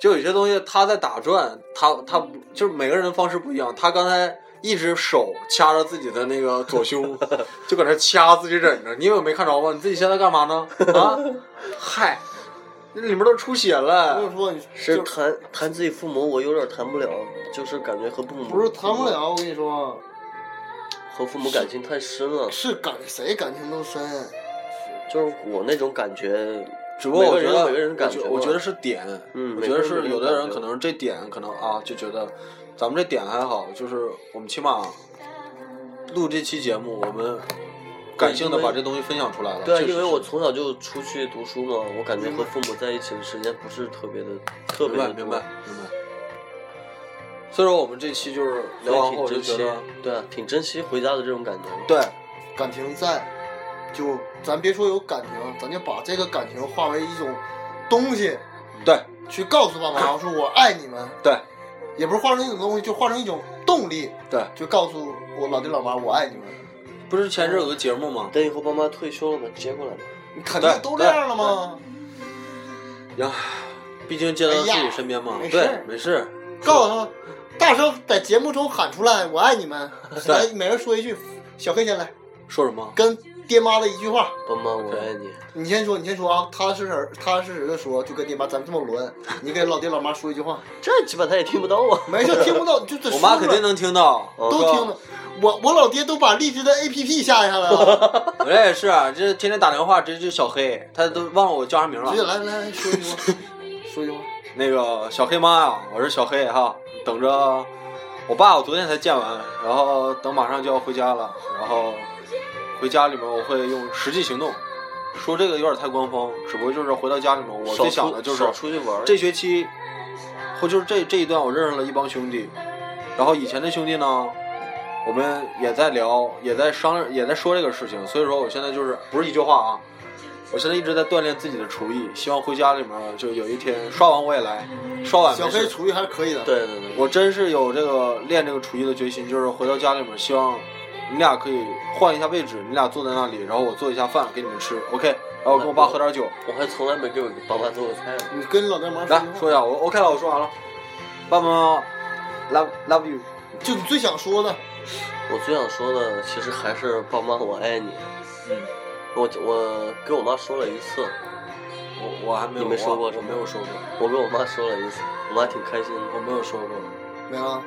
就有些东西他在打转，他他不就是每个人的方式不一样。他刚才一直手掐着自己的那个左胸， 就搁那掐自己忍着。你以为我没看着啊吗？你自己现在干嘛呢？ 啊，嗨，那里面都出血
所
了
以。说你
是
就
谈谈自己父母，我有点谈不了，就是感觉和父母
不是谈不，了，我跟你说，
和父母感情太深了。
是感谁感情都深。
就是我那种感觉，
只不过我觉得，
每个人有每个人的感觉
我
吧
觉我觉得是点，
嗯
我觉得
每个
是
人有
有
每个人的
的人
感觉
可能这点可能啊就觉得，咱们这点还好，就是我们起码录这期节目，我们感性的
对因
把
为
这东西分享出来了。
对啊，
确实
因为
是
我从小就出去读书嘛，我感觉和父母在一起的时间不是特别的，特别
明白
的多
明白，明白。所以说我们这期就是聊
所
完
以
后，
挺
我就
珍
觉
惜
得，
对啊，挺珍惜回家的这种感觉。
对
感情在，就咱别说有感情，咱就把这个感情化为一种东西，
对
去告诉爸妈，我说我爱你们，
对
也不是化成一种东西，就化成一种动力，
对，
就告诉我老爹老妈我爱你们。
不是前阵有个节目吗？
等以后爸妈退休了，接过来吧。
你肯定都这样了吗？
呀，
哎
毕竟见到
哎
自
呀
己身边嘛，
没事
对
儿，
没事儿，
告诉他们，大声在节目中喊出来我爱你们，来每人说一句。小黑先来，
说什么？
跟爹妈的一句话，
爸妈，我爱你。
你先说，你先说啊，踏踏实实、踏踏实实的说，就跟爹妈，咱们这么 轮，你给老爹老妈说一句话，
这鸡巴他也听不到啊。
没事，听不到就得
我妈
说出
肯
来
定能听到，
哦
都听了。我我老爹都把荔枝的 A P P 下下 来了。
我这也是啊，这天天打电话，这这小黑，他都忘了我叫啥名
直接
了。
来来来说一句话，说一句话。
那个小黑妈呀，我是小黑哈，等着我爸，我昨天才见完，然后等马上就要回家了，然后回家里面我会用实际行动。说这个有点太官方，只不过就是回到家里面，我
少
最
出
想的就是
少出去玩儿。
这学期，或就是这这一段，我认识了一帮兄弟，然后以前的兄弟呢，我们也在聊，也在商，也在说这个事情。所以说，我现在就是不是一句话啊，我现在一直在锻炼自己的厨艺，希望回家里面就有一天刷碗我也来，刷碗
小
啊没
黑
事。
厨艺还是可以的。，
对对对，
我真是有这个练这个厨艺的决心，就是回到家里面，希望你俩可以换一下位置，你俩坐在那里，然后我做一下饭给你们吃，OK。然后我跟我爸喝点酒，
我还从来没给我爸妈做过菜呢。
你跟老爹妈
来
一句
说
话
一下，我 OK 了，我说完了。爸爸，love love you。
就你最想说的。
我最想说的，其实还是爸妈，我爱你。
嗯，
我我跟我妈说了一次，
我我还没有，
你没说过
我
是
我
吗
没有说过，
我跟我妈说了一次，我妈挺开心的。
我没有说过。
没了，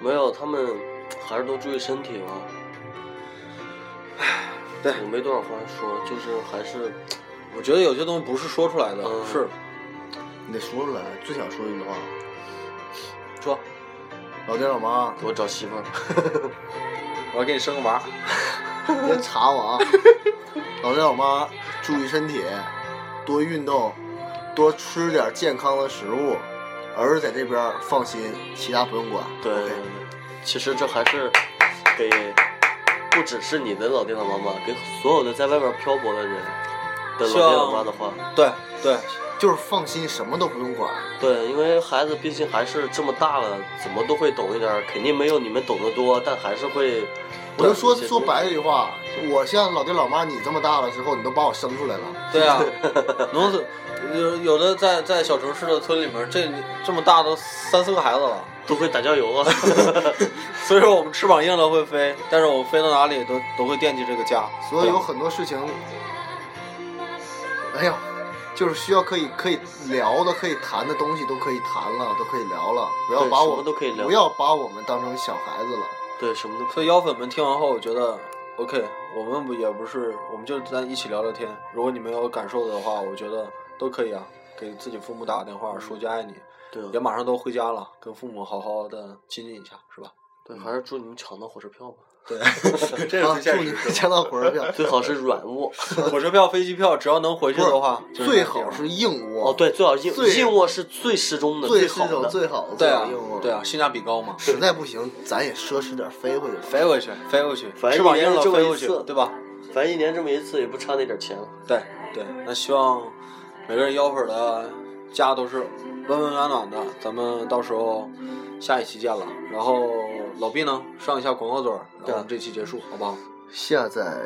没有，他们还是都注意身体吧。
对
我没多少话说，就是还是
我觉得有些东西不是说出来的，
嗯
是
你得说出来，最想说一句话。
说
老爹老妈，
我找媳妇儿。
我要给你生个娃。
别查我啊！老爹老妈，注意身体，多运动，多吃点健康的食物。儿子在这边放心，其他不用管。
对
OK
其实这还是给不只是你的老爹老妈妈，给所有的在外边漂泊的人的老
希
爹
望
老妈的话。
对对，
就是放心，什么都不用管。
对，因为孩子毕竟还是这么大了，怎么都会懂一点儿，肯定没有你们懂得多，但还是会。
我就说
对
说白了一句话，我像老爹老妈，你这么大了之后，你都把我生出来了，
对啊， 农村有有的在在小城市的村里面，这这么大都三四个孩子了，
都会打酱油 啊。
所以说我们翅膀硬了会飞，但是我们飞到哪里都都会惦记这个家。
所以有很多事情，哎呀，就是需要可以可以聊的、可以谈的东西都可以谈了，都可以聊了，不要
对
把
什
我
么都可以聊
不要把我们当成小孩子了。
对，什么都可以。
所以妖粉们听完后觉得 OK，我们不也不是，我们就咱一起聊聊天。如果你们有感受的话，我觉得都可以啊，给自己父母打个电话，说句爱你。
对啊
也马上都回家了，跟父母好好的亲近一下，是吧？
对，还是祝你们抢到火车票吧，
对，这是
啊
最，现
祝你
实
们
的。
签到火车票，
最好是软卧。
火车票、飞机票，只要能回去的话，就是
最
那地
好
方
是硬窝
哦，，对，最好是硬
最
硬卧是最适中的，
最
好
是种
的。
最好的，
对
最好
啊
硬窝，，
对啊，性价比高嘛，
实在不行咱也奢侈点，飞回去。
飞回去，飞回去，
反正
翅膀
一
硬
年
了
就这么
飞
一
回去
次，
对吧？
反正一年这么一次，也不差那点钱了。
对对，那希望每个人腰粉的家都是温温暖暖的，咱们到时候下一期见了。然后老毕呢，上一下广告嘴儿，然后
对
我们这期结束，好不好？
下载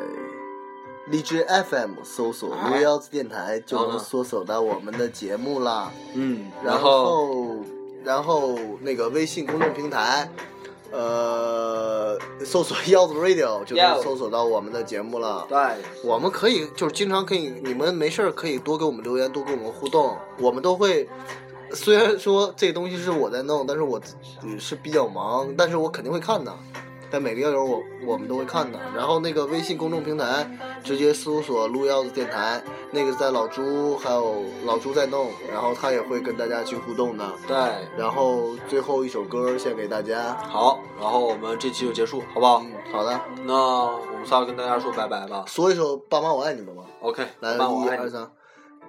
荔枝 FM 搜索
哎
“无腰子电台”，
啊
就能搜索到我们的节目啦。
嗯，
然
然后
然后那个微信公众平台，呃，搜索 “腰子 radio” 就能
Yeah
搜索到我们的节目了。
对，
我们可以就是经常可以，你们没事儿可以多给我们留言，多跟我们互动，我们都会。虽然说这东西是我在弄，但是我呃是比较忙，但是我肯定会看的。但每个要友我我们都会看的。然后那个微信公众平台直接搜索“路腰子电台”，那个在老朱还有老朱在弄，然后他也会跟大家去互动的。
对。
然后最后一首歌献给大家。
好，然后我们这期就结束，好不好？
嗯，好的，
那我们仨跟大家说拜拜吧。
说一首《爸妈我爱你们》吧。
OK，
来，
那我
一
爱
二
你，
三，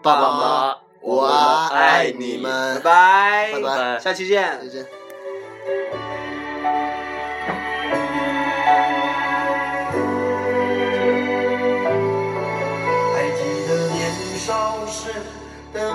爸爸妈妈。我爱你
拜
们，
拜，
拜拜
下期见
再。见。
还记得年少时的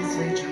碎着